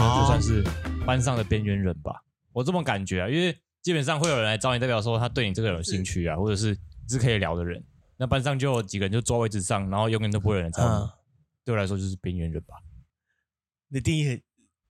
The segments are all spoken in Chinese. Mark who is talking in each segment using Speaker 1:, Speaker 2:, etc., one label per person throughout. Speaker 1: 哦
Speaker 2: 班上的边缘人吧，我这么感觉啊，因为基本上会有人来找你，代表说他对你这个人有兴趣啊，或者是你是可以聊的人。那班上就有几个人就坐位置上，然后永远都不会有人找你。
Speaker 3: 嗯，
Speaker 2: 对我来说就是边缘人吧。
Speaker 3: 你定义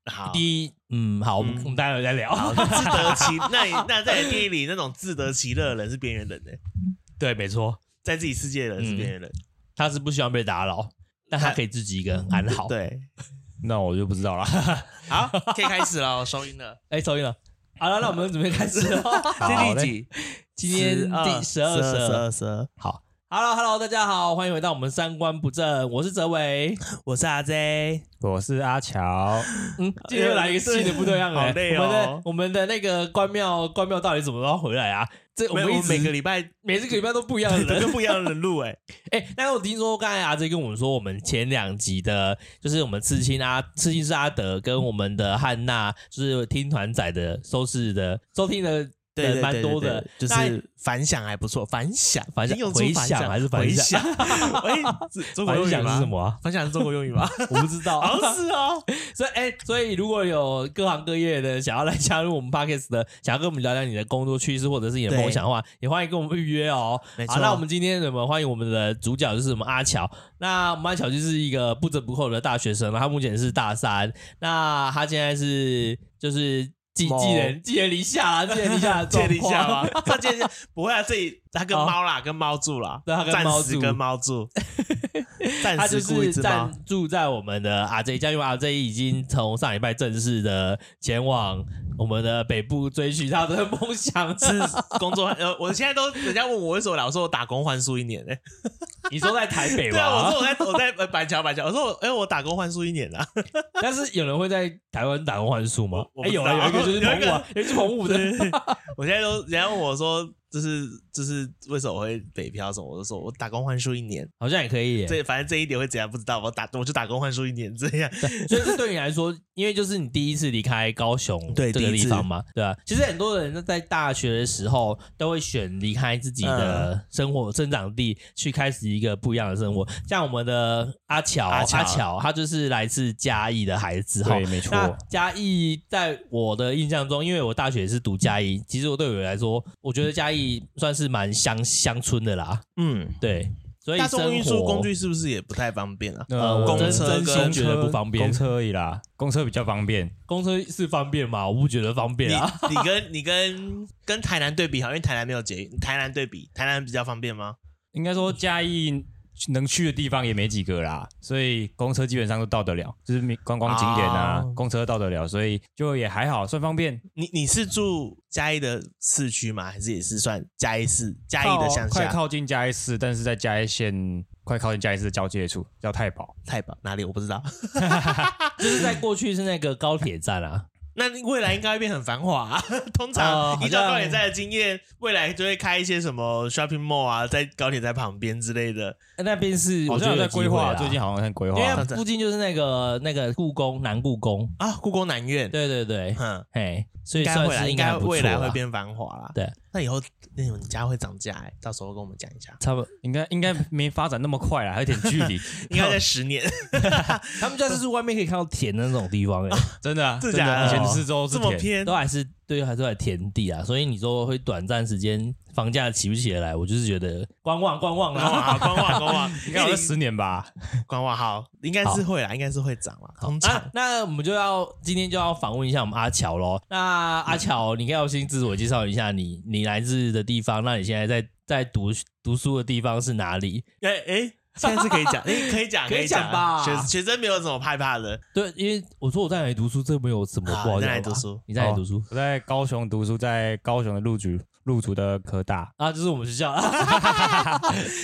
Speaker 3: 很好，
Speaker 2: 第一，
Speaker 1: 嗯，好，我们
Speaker 3: 嗯
Speaker 1: 我们待会再聊。
Speaker 3: 好自得其，那你那在你定义里那种自得其乐的人是边缘人呢、
Speaker 1: 对，没错，
Speaker 3: 在自己世界的人是边缘人，
Speaker 1: 嗯他是不希望被打扰，但他可以自己一个人安好。，
Speaker 3: 对，
Speaker 2: 嗯那我就不知道了。
Speaker 3: 好，可以开始了，收音了，
Speaker 1: 哎，收音了。好了，那我们准备开始了。
Speaker 2: 好
Speaker 3: 这
Speaker 2: 嘞
Speaker 3: 第
Speaker 1: 今
Speaker 3: 几？
Speaker 1: 天第十二
Speaker 3: 十
Speaker 1: 十二。
Speaker 3: 二、十二。
Speaker 1: 好，Hello Hello，大家好，欢迎回到我们三观不正，我是哲伟。
Speaker 3: 我是阿 J，
Speaker 2: 我是阿乔，
Speaker 1: 嗯，今天又来一个新的不对样了、
Speaker 3: 好累哦
Speaker 1: 我们的我们的那个关庙关庙到底什么时候回来啊？这我
Speaker 3: 没有
Speaker 1: 们
Speaker 3: 我
Speaker 1: 一
Speaker 3: 们
Speaker 1: 直
Speaker 3: 每个礼拜呃
Speaker 1: 每次个礼拜都不一样的
Speaker 3: 都
Speaker 1: 人
Speaker 3: 跟。不一样的人录哎、
Speaker 1: 哎、但是我听说刚才阿 J 跟我们说，我们前两集的，就是我们刺青阿刺青是阿德跟我们的汉娜，就是听团仔的收视的收听的。
Speaker 3: 对对
Speaker 1: 人蛮多的，
Speaker 3: 对对对
Speaker 1: 那
Speaker 3: 就是反响还不错，反响，
Speaker 1: 反响
Speaker 3: 你用出
Speaker 1: 回响还是反响
Speaker 3: 响？回响 哎，中国
Speaker 1: 反
Speaker 3: 用语
Speaker 1: 响
Speaker 3: 吗
Speaker 1: 是什？么啊、
Speaker 3: 反响是中国用语吗？
Speaker 1: 我不知道，
Speaker 3: 好像是哦，
Speaker 1: 所以，哎、所以如果有各行各业的想要来加入我们 podcast 的，想要跟我们聊聊你的工作趋势或者是你的
Speaker 3: 对
Speaker 1: 梦想的话，也欢迎跟我们预约哦。
Speaker 3: 没
Speaker 1: 好，
Speaker 3: 错
Speaker 1: 那我们今天我们欢迎我们的主角就是我们阿乔。那我们阿乔就是一个不折不扣的大学生，然后他目前是大三，那他现在是就是寄
Speaker 3: 某
Speaker 1: 寄人寄人篱下啦，啊寄人篱 下的状
Speaker 3: 借
Speaker 1: 况，啊
Speaker 3: 一下吗？他借一下，不会啊，这里他跟
Speaker 1: 哦
Speaker 3: 猫啦，跟猫住啦，
Speaker 1: 对他跟
Speaker 3: 暂
Speaker 1: 猫
Speaker 3: 时
Speaker 1: 住
Speaker 3: 跟猫住，
Speaker 1: 他
Speaker 3: 暂
Speaker 1: 就
Speaker 3: 时雇一
Speaker 1: 是
Speaker 3: 只猫
Speaker 1: 暂。住在我们的 RJ 家，因为 RJ 已经从上礼拜正式的前往我们的北部追寻他的梦想。
Speaker 3: 是工作，呃，我现在都人家问我为什么来，我说我打工换宿一年呢、哎
Speaker 1: 你说在台北
Speaker 3: 对啊，我
Speaker 1: 吧？
Speaker 3: 说我在我在呃板桥板桥，我说我哎、我打工换宿一年啊啦，
Speaker 1: 但是有人会在台湾打工换宿吗
Speaker 3: 我？我
Speaker 1: 哎，
Speaker 3: 不知
Speaker 1: 有
Speaker 3: 道
Speaker 1: 啊，有一个就是澎湖啊，有一个是澎湖的。
Speaker 3: 我现在都人家问我说，就是就是为什么我会北漂什么，我就说我打工换宿一年，
Speaker 1: 好像也可以耶，
Speaker 3: 这反正这一点会怎样不知道，我打我就打工换宿一年啊这样，
Speaker 1: 所以这对你来说，因为就是你第一次离开高雄
Speaker 3: 对
Speaker 1: 这个
Speaker 3: 第一
Speaker 1: 地
Speaker 3: 次
Speaker 1: 方嘛，对吧、啊其实很多人在大学的时候都会选离开自己
Speaker 3: 嗯
Speaker 1: 的生活生长地，去开始一个不一样的生活。像我们的阿乔，
Speaker 3: 阿乔
Speaker 1: 阿乔他就是来自嘉义的孩子哈
Speaker 2: 对，。 没错。
Speaker 1: 那
Speaker 3: 啊
Speaker 1: 嘉义在我的印象中，因为我大学是读嘉义，其实我对我来说，我觉得嘉义算是蛮乡乡村的啦。
Speaker 3: 嗯，
Speaker 1: 对，所以
Speaker 3: 大众运输
Speaker 1: 生活
Speaker 3: 工具是不是也不太方便啊？
Speaker 2: 那
Speaker 1: 呃
Speaker 2: 我
Speaker 3: 公
Speaker 2: 真
Speaker 3: 车
Speaker 2: 真
Speaker 3: 跟
Speaker 2: 心
Speaker 1: 觉得不方便
Speaker 2: 公车而已啦，公车比较方便。
Speaker 1: 公车是方便吗？我不觉得方便啊。
Speaker 3: 你你跟你跟跟台南对比好，因为台南没有捷运，台南对比，台南比较方便吗？
Speaker 2: 应该说嘉义能去的地方也没几个啦，所以公车基本上都到得了，就是民观光景点啊，
Speaker 3: 哦
Speaker 2: 公车到得了，所以就也还好，算方便。
Speaker 3: 你你是住嘉义的市区吗？还是也是算嘉义市嘉义的乡
Speaker 2: 靠快
Speaker 3: 下？
Speaker 2: 靠近嘉义市，但是在嘉义县快靠近嘉义市的交界处，叫太保。
Speaker 3: 太保哪里我不知道。
Speaker 1: 就是在过去是那个高铁站啊，
Speaker 3: 那未来应该会变很繁华、啊。 通
Speaker 1: 哦
Speaker 3: 常
Speaker 1: 好
Speaker 3: 依照
Speaker 1: 像
Speaker 3: 高铁站的经验，未来就会开一些什么 shopping mall 啊，在高铁站旁边之类的。
Speaker 1: 那边是
Speaker 2: 好
Speaker 1: 我觉
Speaker 2: 像
Speaker 1: 得
Speaker 2: 有
Speaker 1: 有
Speaker 2: 在
Speaker 1: 机会
Speaker 2: 规划，
Speaker 1: 啦
Speaker 2: 最近好像在规
Speaker 1: 因
Speaker 3: 哦
Speaker 2: 划。
Speaker 1: 为附近就是那个那个故宫南故宫，
Speaker 3: 啊，故宫南院，
Speaker 1: 对对对，
Speaker 3: 嗯，
Speaker 1: 哎，所以
Speaker 3: 应该
Speaker 1: 算
Speaker 3: 会来，
Speaker 1: 是
Speaker 3: 应
Speaker 1: 该
Speaker 3: 该
Speaker 1: 还不错
Speaker 3: 未来会
Speaker 1: 啦，
Speaker 3: 变繁华啦。
Speaker 1: 对，
Speaker 3: 那以后那你们家会涨价哎，到时候跟我们讲 一下。
Speaker 1: 差不多。
Speaker 2: 应该应该没发展那么快啦，还有点距 离。
Speaker 3: 应该在十年，
Speaker 1: 他们家就是外面可以看到田的那种地方，哎，
Speaker 2: 真的啊，
Speaker 3: 真的
Speaker 2: 真
Speaker 3: 假的
Speaker 2: 以前
Speaker 1: 哦
Speaker 2: 四周是
Speaker 3: 这么
Speaker 2: 田，
Speaker 3: 偏
Speaker 1: 都还是对，还是在田地啊。所以你说会短暂时间房价起不起得来，我就是觉得观望观望
Speaker 3: 观望
Speaker 1: 啦。
Speaker 3: 啊，观望， 观
Speaker 1: 哎
Speaker 3: 望，
Speaker 2: 应该有十年吧。
Speaker 3: 观望好，应该是会啦，应该是会涨啦。通常
Speaker 1: 那那我们就要今天就要访问一下我们阿乔喽。那阿乔，你可以要先自我介绍一下你你来自的地方，那你现在在在读读书的地方是哪里？
Speaker 3: 哎哎， 现在是可以 讲，哎，可以讲，
Speaker 1: 可以
Speaker 3: 讲啊
Speaker 1: 讲吧
Speaker 3: 学学生没有什么害怕的，
Speaker 1: 对，因为我说我在哪里读书，这没有什么不
Speaker 3: 好
Speaker 1: 好
Speaker 3: 你在
Speaker 1: 讲
Speaker 3: 哪里
Speaker 1: 吧
Speaker 3: 读书哦
Speaker 1: 你在哪里读书？
Speaker 2: 我在高雄读书，在高雄的陆竹陆竹的科大，
Speaker 1: 啊，这是我们学 校，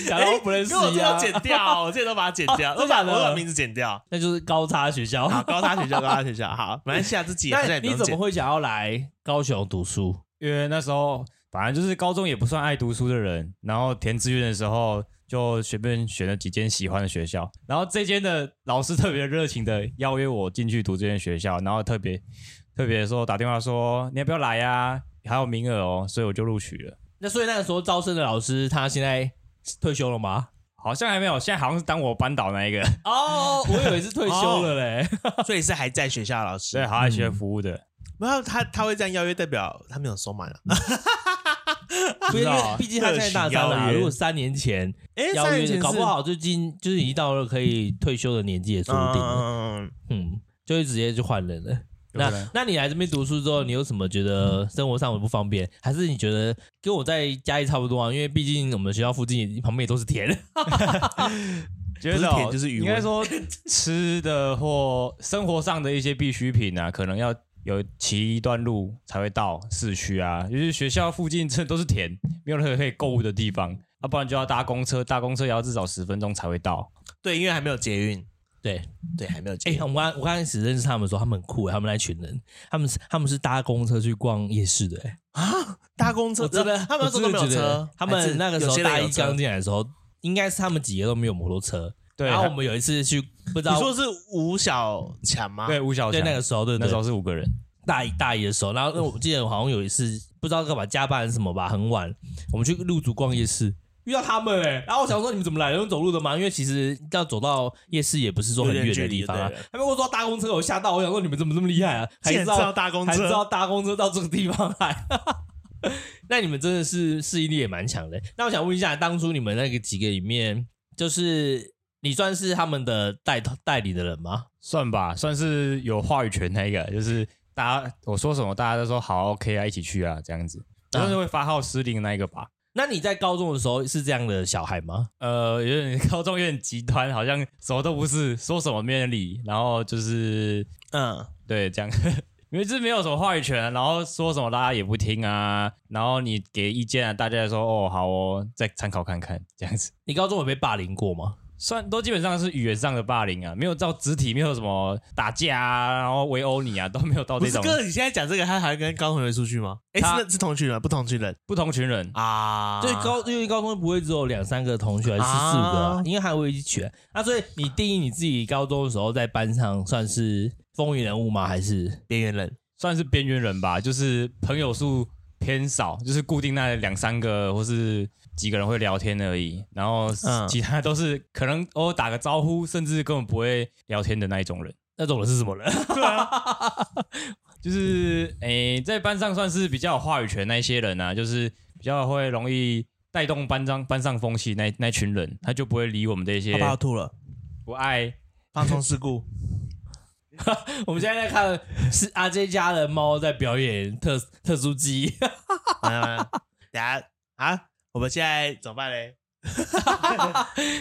Speaker 1: 假装不啊认识
Speaker 3: 跟我
Speaker 1: 一
Speaker 3: 哎这个
Speaker 1: 样，
Speaker 3: 剪掉，我这个都把它剪 掉，
Speaker 1: 啊
Speaker 3: 都
Speaker 1: 真
Speaker 3: 把
Speaker 1: 假
Speaker 3: 我
Speaker 1: 的
Speaker 3: 把名字剪掉。
Speaker 1: 那就是高差学校。
Speaker 3: 好，高差学校，高差学校，好，反正下自己好像
Speaker 1: 那
Speaker 3: 也不
Speaker 1: 你
Speaker 3: 用
Speaker 1: 怎么
Speaker 3: 剪。
Speaker 1: 会想要来高雄读书？
Speaker 2: 因为那时候反正就是高中也不算爱读书的人，然后填志愿的时候就随便选了几间喜欢的学校，然后这间的老师特别热情的邀约我进去读这间学校，然后特别特别说打电话说你要不要来呀、啊还有名额哦，所以我就录取了。
Speaker 1: 那所以那个时候招生的老师他现在退休了吗？
Speaker 2: 好像还没有，现在好像是当我班导那一个，
Speaker 1: 哦，我以为是退休了嘞。
Speaker 3: 所以是还在学校的老师
Speaker 1: 啊
Speaker 2: 对，，好爱学服务的。
Speaker 3: 没有他他会这样邀约，代表他没有收满了。啊
Speaker 1: 不
Speaker 2: 不
Speaker 1: 因为
Speaker 2: 知道啊
Speaker 1: 毕竟他现在大三了、
Speaker 3: 热情邀约
Speaker 1: 如果三年前
Speaker 3: 哎，
Speaker 1: 邀
Speaker 3: 三年
Speaker 1: 约，
Speaker 3: 前
Speaker 1: 搞
Speaker 3: 是
Speaker 1: 不好最近就是已经到了可以退休的年纪也说不定了，
Speaker 3: 嗯，
Speaker 1: 嗯，就会直接就换人了。
Speaker 2: 有可能
Speaker 1: 那那你来这边读书之后，你有什么觉得生活上的不方便，还是你觉得跟我在家里差不多啊？因为毕竟我们学校附近旁边也都是 田，
Speaker 2: 觉
Speaker 3: 不是
Speaker 2: 得
Speaker 3: 甜
Speaker 2: 哦
Speaker 3: 就是余
Speaker 2: 应该
Speaker 3: 温
Speaker 2: 说吃的或生活上的一些必需品啊，可能要有骑一段路才会到市区啊，因为学校附近这都是田，没有任何可以购物的地方，啊，不然就要搭公车，搭公车也要至少十分钟才会到。
Speaker 3: 对，因为还没有捷运，
Speaker 1: 对，
Speaker 3: 对，还没有捷
Speaker 1: 哎、
Speaker 3: 运。
Speaker 1: 我刚我刚开始认识他们的时候，他们很酷、欸，他们那群人，他们是他们是搭公车去逛夜市的、欸，
Speaker 3: 搭公车呃
Speaker 1: 我真的，
Speaker 3: 他们那时候都没有
Speaker 1: 我真的觉得
Speaker 3: 车，
Speaker 1: 他
Speaker 3: 还是
Speaker 1: 们那个时
Speaker 3: 有
Speaker 1: 候
Speaker 3: 些人
Speaker 1: 大
Speaker 3: 有
Speaker 1: 一
Speaker 3: 车
Speaker 1: 刚进来的时候，应该是他们几个都没有摩托车。
Speaker 2: 对，
Speaker 1: 然后
Speaker 2: 还
Speaker 1: 我们有一次去，不知
Speaker 3: 你
Speaker 1: 道
Speaker 3: 说是吴小强吗？
Speaker 2: 啊对，吴小
Speaker 1: 对
Speaker 2: 强
Speaker 1: 那个时候，对
Speaker 2: 那
Speaker 1: 对
Speaker 2: 时
Speaker 1: 对
Speaker 2: 候是五个人，
Speaker 1: 大一大一的时候，然后我记得我好像有一次不知道干嘛加班还是什么吧，很晚，我们去路竹逛夜市。遇到他们哎、欸，然后我想说你们怎么来的？用走路的吗？因为其实要走到夜市也不是说很远的地方
Speaker 3: 有
Speaker 1: 啊
Speaker 3: 点距离就对了。
Speaker 1: 他们跟我说搭公车，我吓到，我想说你们怎么这么厉害啊？还
Speaker 3: 竟然
Speaker 1: 知
Speaker 3: 知
Speaker 1: 道
Speaker 3: 道搭公
Speaker 1: 还知
Speaker 3: 车，
Speaker 1: 道搭公车到这个地方来。 那你们真的是适应力也蛮强的。那我想问一下，当初你们那个几个里面，就是你算是他们的代代理的人吗？
Speaker 2: 算吧，算是有话语权那一个，就是大家我说什么，大家都说好 OK 啊，一起去啊，这样子，
Speaker 1: 啊
Speaker 2: 就是会发号施令那一个吧。
Speaker 1: 那你在高中的时候是这样的小孩吗？
Speaker 2: 呃，有点 高中有点极端，好像什么都不是，说什么没人理，然后就是
Speaker 3: 嗯，
Speaker 2: 对这样， 因为这没有什么话语权啊、然后说什么大家也不听啊，然后你给意见啊，大家也说哦好哦，再参考看看这样子，
Speaker 1: 你高中有被霸凌过吗？
Speaker 2: 算都基本上是语言上的霸凌啊，没有到肢体，没有什么打架啊，然后围殴你啊，都没有
Speaker 1: 哦
Speaker 2: 到
Speaker 3: 不
Speaker 2: 这
Speaker 3: 是
Speaker 2: 种
Speaker 3: 哥，你现在讲这个，他还跟高同学出去吗？哎，是
Speaker 2: 他
Speaker 3: 那是同群人，不同群人
Speaker 2: 不同群人。
Speaker 3: 啊？
Speaker 1: 所以高因为高中不会只有两三个同学，还是四五个、啊
Speaker 3: 啊，
Speaker 1: 因为还会一起群。那所以你定义你自己高中的时候在班上算是风云人物吗？还是
Speaker 3: 边缘人，
Speaker 2: 算是边缘人吧，就是朋友数偏少，就是固定那两三个或是几个人会聊天而已，然后
Speaker 3: 嗯
Speaker 2: 其他都是可能偶尔打个招呼，甚至根本不会聊天的那一种人。啊
Speaker 1: 那种人是什 么人？
Speaker 2: 就是诶、在班上算是比较有话语权那一些人啊，就是比较会容易带动班上班上风气那那群人，他就不会理我们这些
Speaker 3: 他怕 吐了，
Speaker 2: 不爱
Speaker 3: 发生事故。
Speaker 1: 我们现在在看是阿 J 家的猫在表演特特殊技艺，
Speaker 3: 没有没有哎等下啊，我们现在怎么办嘞？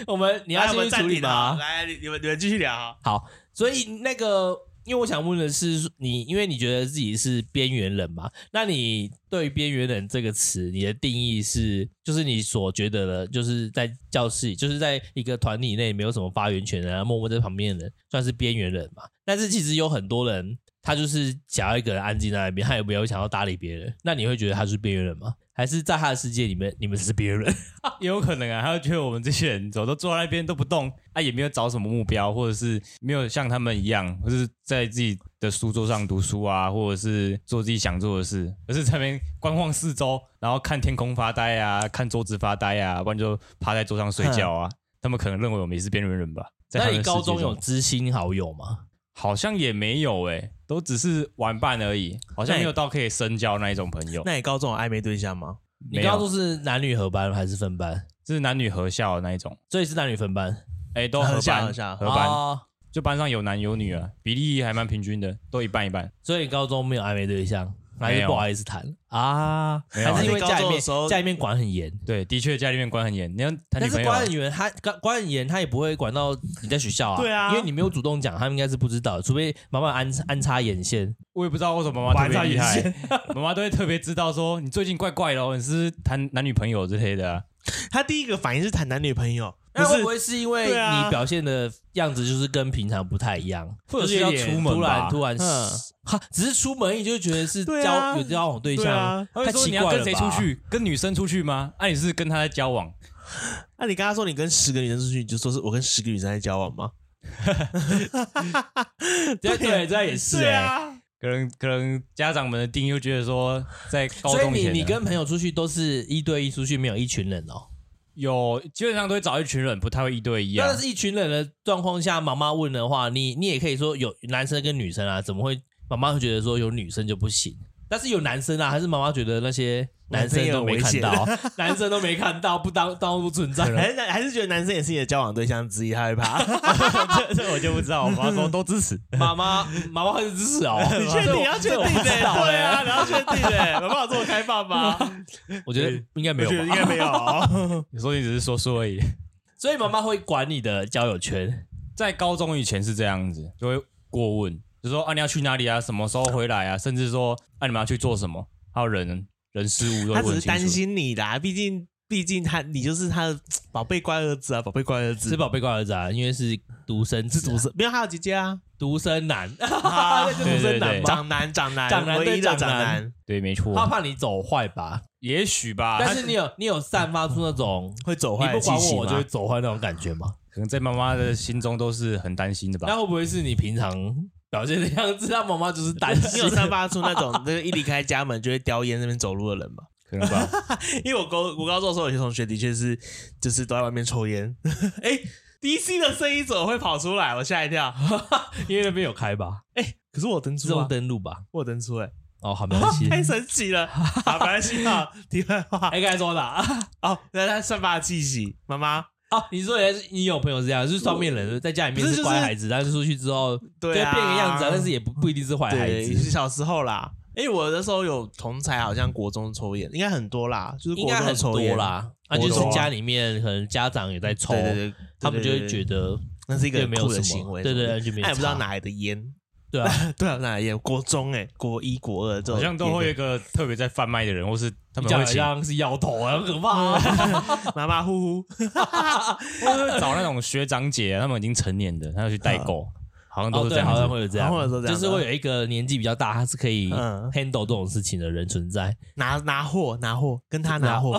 Speaker 1: 我们你要
Speaker 3: 来我
Speaker 1: 先
Speaker 3: 们
Speaker 1: 去处
Speaker 3: 暂
Speaker 1: 理
Speaker 3: 停
Speaker 1: 吗
Speaker 3: 啊，？来，你你们你们继续聊啊。
Speaker 1: 好，所以那个，因为我想问的是，你因为你觉得自己是边缘人嘛？那你对“边缘人”这个词，你的定义是，就是你所觉得的，就是在教室里，就是在一个团体内没有什么发言权的人，默默在旁边的人，算是边缘人嘛？但是其实有很多人，他就是想要一个人安静在那边，他也没有想要搭理别人。那你会觉得他是边缘人吗？还是在他的世界里面，你们只是边缘人？
Speaker 2: 也有可能啊，他会觉得我们这些人走都坐在那边都不动，啊，也没有找什么目标，或者是没有像他们一样，或是在自己的书桌上读书啊，或者是做自己想做的事，而是在那边观望四周，然后看天空发呆啊，看桌子发呆啊，不然就趴在桌上睡觉啊。他们可能认为我们也是边缘人吧。 在他
Speaker 1: 那
Speaker 2: 们
Speaker 1: 你
Speaker 2: 的
Speaker 1: 高
Speaker 2: 世界
Speaker 1: 中有知心好友吗？
Speaker 2: 好像也没有诶、都只是玩伴而已，好像没有到可以深交那一种朋友。
Speaker 3: 那你高中有暧昧对象吗？
Speaker 2: 没
Speaker 1: 你
Speaker 2: 有
Speaker 1: 高中是男女合班还是分班？
Speaker 2: 是男女合校的那一种，
Speaker 1: 所以是男女分班，
Speaker 2: 哎、都合
Speaker 3: 合校
Speaker 2: 班
Speaker 3: 合校
Speaker 2: 合班。
Speaker 1: 哦
Speaker 2: 就班上有男有女啊，比例还蛮平均的，都一半一半。
Speaker 1: 所以你高中没有暧昧对象，还
Speaker 2: 没
Speaker 1: 是
Speaker 2: 有
Speaker 1: 不好意思谈啊？
Speaker 2: 没有
Speaker 1: 还是因为家
Speaker 3: 而且
Speaker 1: 里
Speaker 3: 高中
Speaker 1: 面
Speaker 3: 的时候
Speaker 1: 家里面管很严，
Speaker 2: 对，的确家里面管很严，你要谈
Speaker 1: 但
Speaker 2: 女
Speaker 1: 是
Speaker 2: 朋友啊
Speaker 1: 管很严，他管管很严，他也不会管到你在学校啊。
Speaker 3: 对啊
Speaker 1: 因为你没有主动讲，他们应该是不知道，除非妈妈安安插眼线。
Speaker 2: 我也不知道为什么妈妈特别厉
Speaker 1: 晚上
Speaker 2: 害， 妈妈都会特别知道说你最近怪怪的哦，你是不是谈男女朋友之类的啊、
Speaker 3: 他第一个反应是谈男女朋友，不
Speaker 1: 那会
Speaker 3: 是
Speaker 1: 不会是因为
Speaker 3: 对啊
Speaker 1: 你表现的样子就是跟平常不太一样，
Speaker 2: 或者
Speaker 1: 就是是要
Speaker 2: 有点
Speaker 1: 出
Speaker 2: 突
Speaker 1: 门，突然
Speaker 2: 然
Speaker 1: 突然
Speaker 3: 嗯
Speaker 1: 哈，只是出门你就觉得是
Speaker 3: 对
Speaker 1: 交、
Speaker 3: 啊
Speaker 1: 有交往对象，
Speaker 3: 对啊
Speaker 2: 她会
Speaker 1: 太
Speaker 2: 说
Speaker 1: 奇
Speaker 2: 你
Speaker 1: 怪了
Speaker 2: 要
Speaker 1: 吧
Speaker 2: 跟谁出去？跟女生出去吗？啊，你是跟她在交 往？
Speaker 3: 那、你跟他说你跟十个女生出去，你就说是我跟十个女生在交往吗？
Speaker 1: 对对，这也是、欸、
Speaker 3: 对啊，
Speaker 2: 可能可能家长们的定义就觉得说，在高
Speaker 1: 所以
Speaker 2: 中
Speaker 1: 你
Speaker 2: 前、啊
Speaker 1: 你跟朋友出去都是一对一出去，没有一群人哦。
Speaker 2: 有基本上都会找一群人，不太会一对一啊。
Speaker 1: 但是一群人的状况下，妈妈问的话，你你也可以说有男生跟女生啊，怎么会妈妈会觉得说有女生就不行，但是有男生啊，还是妈妈觉得那些男生都没看 到，啊男生都没看到，不当当不存在。
Speaker 3: 还是还是觉得男生也是你的交往对象之一，他会 怕。
Speaker 2: 这这我就不知道，我妈说都支持。
Speaker 1: 妈妈，妈妈会支持 哦。
Speaker 3: 你确定？你要确定
Speaker 1: 这
Speaker 3: 的？
Speaker 1: 我不知道
Speaker 3: 对啊，你要确 定的，没办法这么开放吧？
Speaker 1: 我觉得应该没
Speaker 3: 我觉
Speaker 1: 有
Speaker 3: 得应
Speaker 1: 吧。
Speaker 3: 该没有。
Speaker 2: 你说你只是说说而已。
Speaker 1: 所以妈妈会管你的交友圈。
Speaker 2: 在高中以前是这样子，就会过问，就说啊你要去哪里啊，什么时候回来啊，甚至说啊你们要去做什么，还有人人事物都会
Speaker 3: 他
Speaker 2: 问
Speaker 3: 只是
Speaker 2: 清楚
Speaker 3: 担心你啦，毕竟毕竟他你就是他的宝贝乖儿子啊，宝贝乖儿
Speaker 1: 是
Speaker 3: 子。
Speaker 1: 宝贝怪儿子啊，因为是独生
Speaker 3: 是
Speaker 1: 子啊、
Speaker 3: 独生，没有还有姐姐啊，
Speaker 1: 独生男，
Speaker 3: 啊
Speaker 1: 那就
Speaker 2: 对
Speaker 1: 独生
Speaker 2: 对
Speaker 1: 男
Speaker 2: 对
Speaker 1: 嘛。
Speaker 3: 长男长男
Speaker 1: 长男对
Speaker 3: 唯一的
Speaker 1: 长
Speaker 3: 长
Speaker 1: 男
Speaker 3: 男
Speaker 2: 对，没
Speaker 1: 他
Speaker 2: 错，
Speaker 1: 怕你走坏吧？
Speaker 2: 也许
Speaker 3: 啊
Speaker 2: 吧，
Speaker 1: 但
Speaker 2: 但
Speaker 1: 是
Speaker 2: 是
Speaker 1: 你有你有散发出那 种
Speaker 3: 会走
Speaker 1: 你
Speaker 3: 坏
Speaker 1: 不
Speaker 3: 的
Speaker 1: 管
Speaker 3: 气
Speaker 1: 我，
Speaker 3: 息
Speaker 1: 我就
Speaker 3: 吗
Speaker 1: 会？走坏那种感觉 吗？
Speaker 2: 可能在妈妈的心中都是很担心的吧
Speaker 3: 啊
Speaker 1: 那。会不会是你平常表现的样子？让妈妈就是担
Speaker 3: 你
Speaker 1: 心
Speaker 3: 有。散发出那种就是一离开家门就会叼烟那边走路的人吗？
Speaker 2: 可能吧，
Speaker 3: 因为我高我高中的时候，有些同学的确是就是都在外面抽烟。 哎，DC 的声音怎么会跑出来？我吓一跳。
Speaker 1: 因为那边有开吧，
Speaker 3: 哎，可是我有登
Speaker 1: 自
Speaker 3: 出
Speaker 1: 动
Speaker 3: 啊，
Speaker 1: 登录吧。
Speaker 3: 我有登出哎，
Speaker 1: 哦，好，没关 系。
Speaker 3: 太神奇了。好，没关系啊，题外话。
Speaker 1: 哎，刚才说的啊，
Speaker 3: 哦，那他散发气息，妈妈
Speaker 1: 哦你说你你有朋友是这样，是双面人，在家里面
Speaker 3: 嗯不是
Speaker 1: 是
Speaker 3: 就是
Speaker 1: 乖孩子，但是出去之后
Speaker 3: 对啊
Speaker 1: 就变个样子啊，但是也不不一定是坏孩
Speaker 3: 对，
Speaker 1: 子。
Speaker 3: 小时候啦。哎、我那时候有同才，好像国中抽烟，应该很多啦，就是
Speaker 1: 应
Speaker 3: 国
Speaker 1: 该
Speaker 3: 中
Speaker 1: 很
Speaker 3: 抽
Speaker 1: 多
Speaker 3: 烟。
Speaker 1: 啦，啊，
Speaker 3: 国
Speaker 1: 就
Speaker 3: 中
Speaker 1: 是
Speaker 3: 啊
Speaker 1: 家里面可能家长也在抽，
Speaker 3: 对对对，
Speaker 1: 他们就会觉
Speaker 3: 得
Speaker 1: 得
Speaker 3: 那是一个
Speaker 1: 也
Speaker 3: 很
Speaker 1: 没有
Speaker 3: 酷的
Speaker 1: 什
Speaker 3: 行
Speaker 1: 么，
Speaker 3: 为，
Speaker 1: 对对
Speaker 3: 对
Speaker 1: 对，就没
Speaker 3: 那也不知道
Speaker 1: 差
Speaker 3: 哪来的烟，
Speaker 1: 对啊，
Speaker 3: 对啊，哪来的烟？国中哎、国一、国二这种
Speaker 2: 好像都会有一个特别在贩卖的人，或是他们会请，
Speaker 1: 像是摇头啊，很可怕 啊。
Speaker 3: 马马虎虎，
Speaker 2: 或是找那种学长姐啊，他们已经成年的，他要去代购，好像
Speaker 1: 哦，
Speaker 2: 都是这
Speaker 1: 对，
Speaker 2: 样
Speaker 1: 好像
Speaker 2: 子。
Speaker 1: 会有这
Speaker 3: 然
Speaker 1: 样
Speaker 3: 后，有时候这样，
Speaker 1: 就是会有一个年纪比较大，他是可以
Speaker 3: 嗯
Speaker 1: handle 这种事情的人存 在。
Speaker 3: 拿拿货拿货，跟他拿货。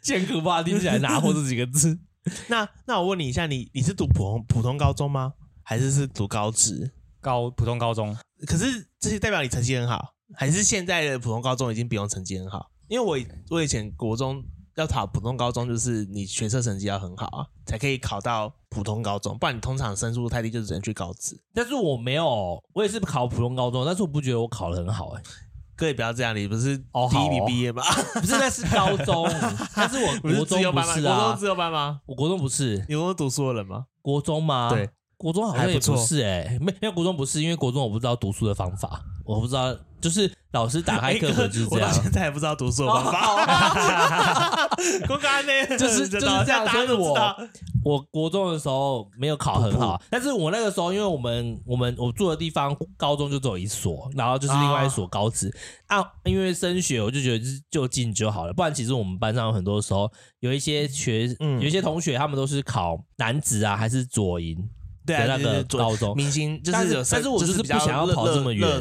Speaker 1: 剑可怕，听起来拿货这几个字。
Speaker 3: 那那我问你一下，你你是读普通普通高中吗？还是是读高职？
Speaker 2: 高普通高中，
Speaker 3: 可是这些代表你成绩很好，还是现在的普通高中已经不用成绩很好？因为我以我以前国中要考普通高中，就是你学测成绩要很好啊，才可以考到普通高中，不然你通常分数太低就只能去高职。
Speaker 1: 但是我没有，哦我也是考普通高中，但是我不觉得我考得很好哎、
Speaker 3: 各位不要这样，你不是
Speaker 1: 哦
Speaker 3: 第
Speaker 1: 好
Speaker 3: 一
Speaker 1: 哦
Speaker 3: 名毕业吗？
Speaker 1: 不是那是高中，但是我
Speaker 3: 不是
Speaker 1: 国
Speaker 3: 自
Speaker 1: 中
Speaker 3: 由
Speaker 1: 不
Speaker 3: 班吗？
Speaker 1: 是
Speaker 3: 国中
Speaker 1: 啊
Speaker 3: 自，由班吗？
Speaker 1: 我国中不是
Speaker 3: 你不是读书的人吗？
Speaker 1: 国中吗？
Speaker 3: 对，
Speaker 1: 国中好像也
Speaker 3: 还不
Speaker 1: 不
Speaker 3: 错
Speaker 1: 是哎、没没有国中不是，因为国中我不知道读书的方法，我不知道，就是老师打开
Speaker 3: 哎
Speaker 1: 课
Speaker 3: 哥
Speaker 1: 本就是这
Speaker 3: 我到
Speaker 1: 样。
Speaker 3: 现在还不知道读书的方法。哦 公安呢？
Speaker 1: 就是就是这样所
Speaker 3: 大家
Speaker 1: 以
Speaker 3: 都知道。
Speaker 1: 我国中的时候没有考很好，但是我那个时候，因为我们我们我住的地方高中就只有一所，然后就是另外一所高职啊因为升学，我就觉得就是就近就好了，不然其实我们班上有很多时候有一些学，
Speaker 3: 嗯
Speaker 1: 有一些同学他们都是考男子啊，还是左营
Speaker 3: 对
Speaker 1: 的
Speaker 3: 啊，
Speaker 1: 那
Speaker 3: 对对
Speaker 1: 个
Speaker 3: 对
Speaker 1: 高中，
Speaker 3: 明星就
Speaker 1: 但
Speaker 3: 是
Speaker 1: 是
Speaker 3: 有
Speaker 1: 但
Speaker 3: 三，
Speaker 1: 是我
Speaker 3: 就
Speaker 1: 就是不
Speaker 3: 比较
Speaker 1: 想要跑
Speaker 3: 热
Speaker 1: 这么远
Speaker 3: 热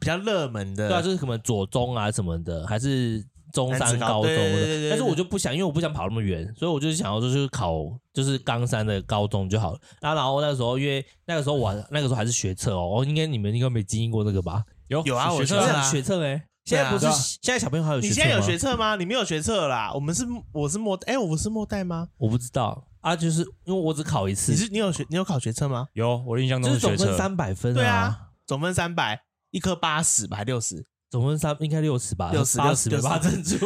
Speaker 3: 比较热门的，
Speaker 1: 对啊，就是什么左中啊什么的，还是中
Speaker 3: 男
Speaker 1: 山
Speaker 3: 子高
Speaker 1: 高中
Speaker 3: 对对对对
Speaker 1: 的
Speaker 3: 对。
Speaker 1: 但是我就不想，因为我不想跑那么远，所以我就想要就是考就是冈山的高中就好了。然后然后那个时候，因为那个时候我那个时候还是学测哦，哦应该你们应该没经历过这个吧？
Speaker 2: 有
Speaker 3: 有啊我
Speaker 2: 学
Speaker 3: 知
Speaker 2: 生
Speaker 3: 道
Speaker 1: 是
Speaker 3: 啊
Speaker 1: 啊学测哎、现在不是、
Speaker 3: 对啊
Speaker 1: 现在小朋友还有学
Speaker 3: 你
Speaker 1: 测
Speaker 3: 现在有
Speaker 1: 吗
Speaker 3: 学测吗？你没有学测啦。我们是我是末哎，我是末代吗？
Speaker 1: 我不知道啊，就是因为我只考一次
Speaker 3: 你，是你有学你有考学测吗？
Speaker 2: 有，我印象
Speaker 1: 就
Speaker 2: 中
Speaker 1: 是
Speaker 2: 是
Speaker 1: 总
Speaker 2: 学
Speaker 1: 分
Speaker 2: 车，
Speaker 1: 三百分
Speaker 3: 对
Speaker 1: 啊
Speaker 3: 啊，总分三百，一科八十吧，还六 十？
Speaker 1: 总分三应该六十吧，
Speaker 3: 60
Speaker 1: 八十
Speaker 3: 60
Speaker 1: 八珍珠。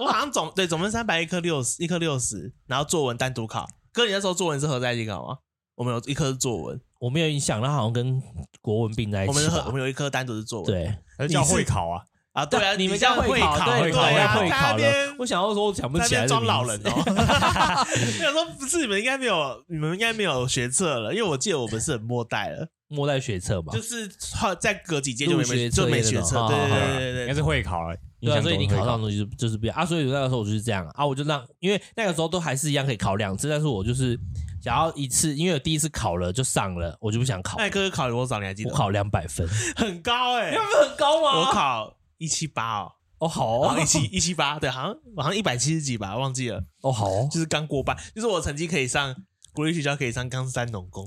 Speaker 3: 我好像总对总分三百，一科六十，一科六十，然后作文单独考。哥，你那时候作文是合在一起考吗？我们有一科是作文，
Speaker 1: 我没有印象，那好像跟国文并在一
Speaker 3: 我们
Speaker 1: 起
Speaker 3: 是合我
Speaker 1: 吧？
Speaker 3: 们有一科单独是作文。
Speaker 1: 对，
Speaker 2: 还是叫
Speaker 3: 你是
Speaker 2: 会考啊，
Speaker 3: 啊，对啊，
Speaker 1: 你们
Speaker 3: 这样
Speaker 1: 家会
Speaker 3: 考，
Speaker 1: 考
Speaker 3: 对
Speaker 1: 会考
Speaker 3: 对啊，
Speaker 1: 会
Speaker 3: 在那
Speaker 1: 考
Speaker 3: 边
Speaker 1: 了。我想要说，我想不
Speaker 3: 在那
Speaker 1: 起来
Speaker 3: 边
Speaker 1: 这
Speaker 3: 装
Speaker 1: 名
Speaker 3: 老
Speaker 1: 字
Speaker 3: 人哦。 我想说，不是你们应该没有，你们应该没有学测了，因为我记得我们是很末代了，
Speaker 1: 末代学测嘛
Speaker 3: 就。是后再隔几届就
Speaker 1: 入学
Speaker 3: 没就没学
Speaker 1: 测验那
Speaker 3: 测，对对
Speaker 1: 种哦
Speaker 3: 对对
Speaker 2: 应该
Speaker 3: 对
Speaker 2: 是会考啊。印
Speaker 1: 对啊，
Speaker 2: 象
Speaker 1: 所以
Speaker 2: 中
Speaker 1: 你
Speaker 2: 会
Speaker 1: 考上的东西就就是不一样啊，所以那个时候我就是这样啊，我就让，因为那个时候都还是一样可以考两次，但是我就是想要一次，因为我第一次考了就上了，我就不想考，
Speaker 3: 那你哥哥考多少？你还记
Speaker 1: 我
Speaker 3: 得？
Speaker 1: 考两百 分，
Speaker 3: 很高 哎，
Speaker 1: 很高
Speaker 3: 我？考一七八哦，
Speaker 1: 哦好
Speaker 3: 好
Speaker 1: 哦
Speaker 3: 一七一七八，对，好像好像一百七十几吧，忘记了，
Speaker 1: 哦好哦，
Speaker 3: 就是刚过半，就是我成绩可以上国立学校，可以上冈山农工，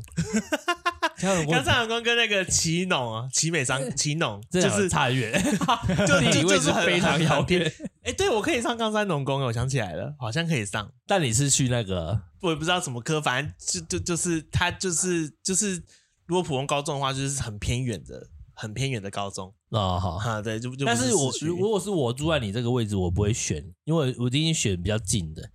Speaker 3: 冈山农工跟那个奇农啊，奇美商奇农，
Speaker 1: 这
Speaker 3: 就
Speaker 1: 两个
Speaker 3: 是
Speaker 1: 差很远，
Speaker 3: 就
Speaker 1: 地理
Speaker 3: 就
Speaker 1: 位
Speaker 3: 就是
Speaker 1: 置
Speaker 3: 很
Speaker 1: 非常遥。
Speaker 3: 很
Speaker 1: 远
Speaker 3: 很。哎，对我可以上冈山农工，我想起来了，好像可以上。
Speaker 1: 但你是去那个
Speaker 3: 我也不知道什么科，反正就就就是他就是就是，如果普通高中的话，就是很偏远的、很偏远的高中
Speaker 1: 啊好。
Speaker 3: 啊，对，就就
Speaker 1: 但是我
Speaker 3: 市区
Speaker 1: 如如果是我住在你这个位置，我不会选，因为我一定选比较近的。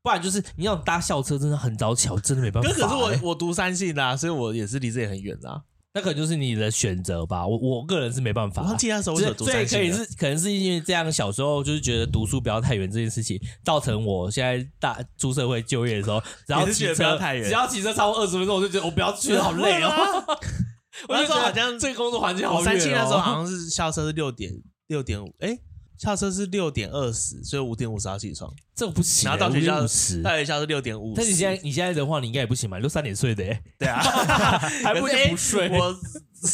Speaker 1: 不然就是你要搭校车，真的很早起，我真的没办法、
Speaker 3: 可可
Speaker 1: 欸
Speaker 3: 是我我读三信啦，所以我也是离这里很远啊啦。
Speaker 1: 那可能就是你的选择吧。我我个人是没办法
Speaker 3: 我
Speaker 1: 啊、
Speaker 3: 忘记那时候为什
Speaker 1: 这
Speaker 3: 么读
Speaker 1: 这
Speaker 3: 三
Speaker 1: 可以
Speaker 3: 信了
Speaker 1: 是可能是因为这样，小时候就是觉得读书不要太远这件事情，造成我现在大出社会就业的时候，只要
Speaker 3: 也是
Speaker 1: 骑
Speaker 3: 觉得不
Speaker 1: 车
Speaker 3: 要太远
Speaker 1: 只要骑车超过二十分钟，我就觉得我不要去了，好累哦。 我
Speaker 3: 那
Speaker 1: 就
Speaker 3: 时
Speaker 1: 觉
Speaker 3: 候
Speaker 1: 得
Speaker 3: 好像
Speaker 1: 这个工作环境好
Speaker 3: 我
Speaker 1: 远、哦。
Speaker 3: 三信那时候好像是校车是六点六点五，哎，校车是六点二十，所以五点五十要起床。
Speaker 1: 这个不行、
Speaker 3: 然后到学校
Speaker 1: 五十。
Speaker 3: 大学校是六点五，
Speaker 1: 但是你现在你现在的话，你应该也不行吧？你都三点睡的、欸，
Speaker 3: 对啊，
Speaker 1: 还不
Speaker 3: 可是
Speaker 1: 如不睡
Speaker 3: 诶 我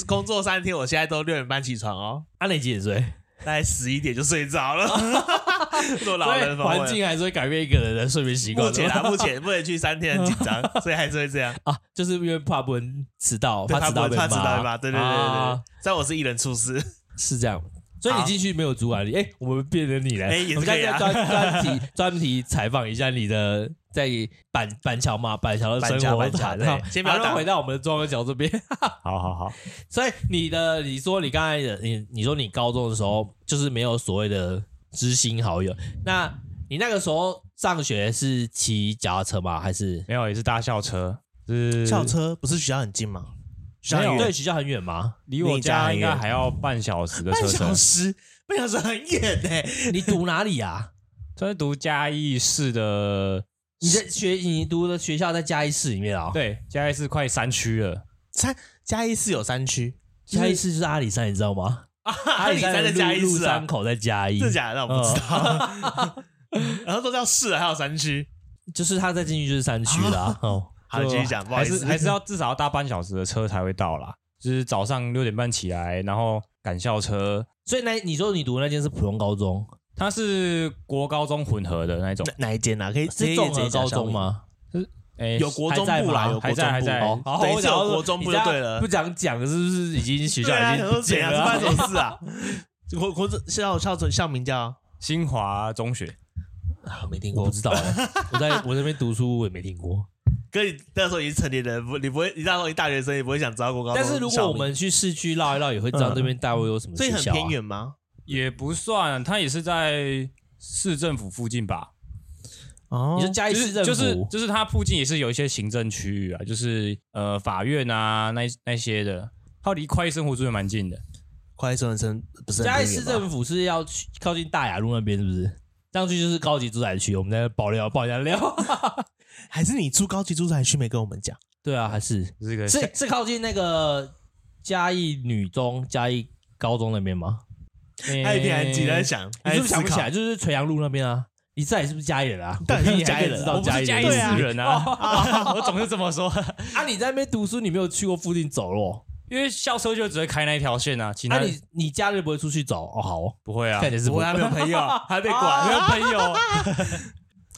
Speaker 3: 工作三天，我现在都六点半起床哦，
Speaker 1: 阿啊磊几点睡？
Speaker 3: 大概十一点就睡着了。 做老人
Speaker 1: 所
Speaker 3: 访
Speaker 1: 以
Speaker 3: 问
Speaker 1: 环。境还是会改变一个人的睡眠习惯
Speaker 3: 目
Speaker 1: 的。
Speaker 3: 前啊，目前不能去三天很紧张，所以还是会这样。
Speaker 1: 啊，就是因为怕不能迟到，
Speaker 3: 对
Speaker 1: 迟
Speaker 3: 不
Speaker 1: 到
Speaker 3: 会
Speaker 1: 被
Speaker 3: 怕迟到吧？对对对对
Speaker 1: 啊
Speaker 3: 对，虽然我是一人出师，
Speaker 1: 是这样。所以你
Speaker 3: 好
Speaker 1: 进去没有主管力，哎、我们变成你了。
Speaker 3: 哎也是
Speaker 1: 我们现
Speaker 3: 可以
Speaker 1: 在
Speaker 3: 啊
Speaker 1: 专专题专题采访一下你的在板板桥嘛，板桥的生活
Speaker 3: 板 桥
Speaker 1: 谈。
Speaker 3: 板桥
Speaker 1: 好
Speaker 3: 对先不要
Speaker 1: 好那
Speaker 3: 打
Speaker 1: 回到我们的庄文桥这边。
Speaker 2: 好好好，
Speaker 1: 所以你的，你说你刚才的，你你说你高中的时候就是没有所谓的知心好友，那你那个时候上学是骑脚踏车吗？还是
Speaker 2: 没有也是搭校车，是
Speaker 3: 校车不是学校很近吗？学校
Speaker 2: 没有
Speaker 3: 很
Speaker 1: 对
Speaker 3: 远，
Speaker 1: 学校很远吗？
Speaker 2: 离我
Speaker 3: 离家
Speaker 2: 家
Speaker 3: 很
Speaker 2: 应
Speaker 3: 远
Speaker 2: 该还要半小时的
Speaker 3: 半
Speaker 2: 车
Speaker 3: 小
Speaker 2: 程。
Speaker 3: 时，半小时很远呢。
Speaker 1: 你读哪里啊？
Speaker 2: 这是读嘉义市的，
Speaker 1: 你在学你读的学校在嘉义市里面啊、对，
Speaker 2: 对，嘉义市快山区了。
Speaker 3: 三嘉义市有山区，
Speaker 1: 嘉义市就是阿里山，你知道 吗？
Speaker 3: 阿里山
Speaker 1: 的
Speaker 3: 在嘉义
Speaker 1: 路
Speaker 3: 市啊
Speaker 1: 山，口在嘉义
Speaker 3: 真，的假的？那我不知道。 然后都叫市啊，还有山区。
Speaker 1: 就是他再进去就是山区啦、哦，
Speaker 3: 好，
Speaker 2: 就
Speaker 3: 继续讲，不好
Speaker 2: 还
Speaker 3: 意
Speaker 2: 是
Speaker 3: 思，
Speaker 2: 还是要至少要搭半小时的车才会到啦。就是早上六点半起来，然后赶校车。
Speaker 1: 所以那你说你读的那间是普通高中，
Speaker 2: 它是国高中混合的那一种，
Speaker 3: 哪哪一间啊？可以直
Speaker 1: 是
Speaker 3: 接
Speaker 1: 综
Speaker 3: 直接
Speaker 1: 合
Speaker 3: 讲
Speaker 1: 高
Speaker 3: 校
Speaker 1: 中
Speaker 3: 名？
Speaker 1: 吗？
Speaker 2: 哎，
Speaker 3: 有国中
Speaker 1: 还在
Speaker 3: 部啦，
Speaker 1: 吗
Speaker 3: 有国
Speaker 2: 还
Speaker 3: 中
Speaker 2: 在还
Speaker 3: 部。
Speaker 2: 在
Speaker 1: 哦，好，
Speaker 3: 等于
Speaker 1: 我
Speaker 3: 是有
Speaker 1: 想说
Speaker 3: 国中部
Speaker 1: 你这样
Speaker 3: 就对了
Speaker 1: 不讲讲是不是已经学校
Speaker 3: 对啊，
Speaker 1: 已
Speaker 3: 想
Speaker 1: 经
Speaker 3: 说
Speaker 1: 不
Speaker 3: 怎
Speaker 1: 见
Speaker 3: 样？
Speaker 1: 了
Speaker 3: 是
Speaker 1: 啊
Speaker 3: 办？什么事啊？国国中校校校名叫
Speaker 2: 新华中学。
Speaker 3: 啊，没听
Speaker 1: 我不知道欸， 我在我这边读书我也没听过。
Speaker 3: 哥，你那时候已经成年人，不，你不会，你那时候一大学生，你不会想知道国高中
Speaker 1: 但
Speaker 3: 校
Speaker 1: 是
Speaker 3: 名。
Speaker 1: 如果我们嗯去市区绕一绕，也会知道这边大陆有什么
Speaker 3: 所以
Speaker 1: 学
Speaker 3: 很
Speaker 1: 校、啊。
Speaker 3: 偏远吗？
Speaker 2: 也不算，它也是在市政府附近吧。
Speaker 3: 哦
Speaker 1: 你说嘉义市政府、
Speaker 2: 就是就是就是它附近也是有一些行政区域啊，就是呃法院啊那那些的，它离快意生活住也蛮近的。
Speaker 3: 快生生不是很
Speaker 1: 嘉义
Speaker 3: 偏远
Speaker 1: 市
Speaker 3: 吧
Speaker 1: 政府是要去靠近大雅路那边，是不是？上去就是高级住宅区，我们在那爆料爆一下 料。
Speaker 3: 还是你住高级住宅区没跟我们讲？
Speaker 1: 对啊，还是
Speaker 2: 这个
Speaker 1: 是是靠近那个嘉义女中、嘉义高中那边 吗？
Speaker 3: 他一边还急着在，想，
Speaker 1: 哎你
Speaker 3: 哎还
Speaker 1: 是不是想不起
Speaker 3: 思考
Speaker 1: 来？就是垂杨路那边啊？你自己是不是嘉义人啊？
Speaker 3: 当然是
Speaker 1: 我比你还
Speaker 3: 嘉义人啊
Speaker 1: 知道
Speaker 2: 我不
Speaker 1: 嘉
Speaker 2: 是
Speaker 1: 义
Speaker 2: 嘉义
Speaker 1: 的
Speaker 3: 人哦
Speaker 1: 事
Speaker 2: 市
Speaker 1: 情
Speaker 2: 人啊，我总是这么说，
Speaker 1: 啊，你在那边读书，你没有去过附近走咯？
Speaker 2: 因为校车就只会开那一条线啊，其
Speaker 1: 那、啊、
Speaker 2: 他
Speaker 1: 你你假日不会出去走哦？好哦，
Speaker 2: 不会啊
Speaker 1: 看，起来是
Speaker 3: 不会，
Speaker 1: 会
Speaker 3: 还没有朋友，还被
Speaker 2: 没有
Speaker 3: 管。
Speaker 2: 朋友，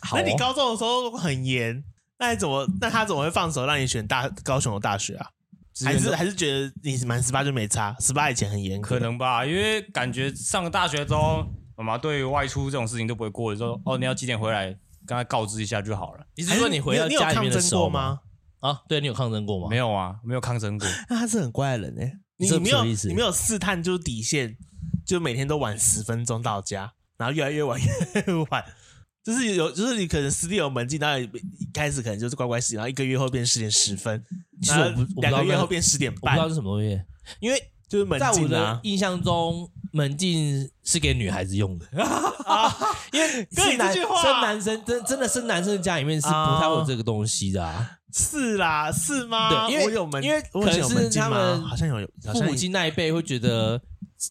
Speaker 1: 好
Speaker 3: 那
Speaker 1: 哦、
Speaker 3: 你高中的时候很严，那你怎么？那他怎么会放手让你选大高雄的大学啊？还是还是觉得你满十八就没差，十八以前很严格
Speaker 2: 可。能吧，因为感觉上了大学之后，妈妈对外出这种事情都不会过，就说哦你要几点回来，跟他告知一下就好了。
Speaker 1: 你
Speaker 3: 还
Speaker 1: 是
Speaker 3: 是
Speaker 1: 说你回到
Speaker 3: 你有
Speaker 1: 家里面的
Speaker 3: 抗争
Speaker 1: 时
Speaker 3: 过
Speaker 1: 候
Speaker 3: 吗？？
Speaker 1: 啊，对你有抗争过吗？
Speaker 2: 没有啊，没有抗争过。
Speaker 3: 那他是很怪的人呢、你
Speaker 1: 这
Speaker 3: 你
Speaker 1: 什
Speaker 3: 没有
Speaker 1: 么意思
Speaker 3: 你没有试探就是底线，就每天都晚十分钟到家，然后越来越晚越来越晚，就是有就是你可能私立有门禁，然后你一开始可能就是乖乖洗，然后一个月后变十点十分，
Speaker 1: 其实
Speaker 3: 然
Speaker 1: 我不
Speaker 3: 后
Speaker 1: 我不知
Speaker 3: 两
Speaker 1: 道
Speaker 3: 个月
Speaker 1: 那
Speaker 3: 后变十点
Speaker 1: 我不知道
Speaker 3: 半，
Speaker 1: 是什么东西。
Speaker 3: 因为就是门
Speaker 1: 在我
Speaker 3: 禁
Speaker 1: 的
Speaker 3: 啊。
Speaker 1: 印象中，门禁是给女孩子用 的，因为
Speaker 3: 哥
Speaker 1: 是
Speaker 3: 你这
Speaker 1: 男
Speaker 3: 句话
Speaker 1: 生男生真真的是男生的家里面是不太会有这个东西的啊。
Speaker 3: 是啦，是吗？
Speaker 1: 对因为
Speaker 3: 我有门，
Speaker 1: 因为
Speaker 3: 我以前有
Speaker 1: 可能是
Speaker 3: 门禁吗
Speaker 1: 他们
Speaker 3: 好像有，好
Speaker 1: 父
Speaker 3: 像
Speaker 1: 母亲那一辈会觉得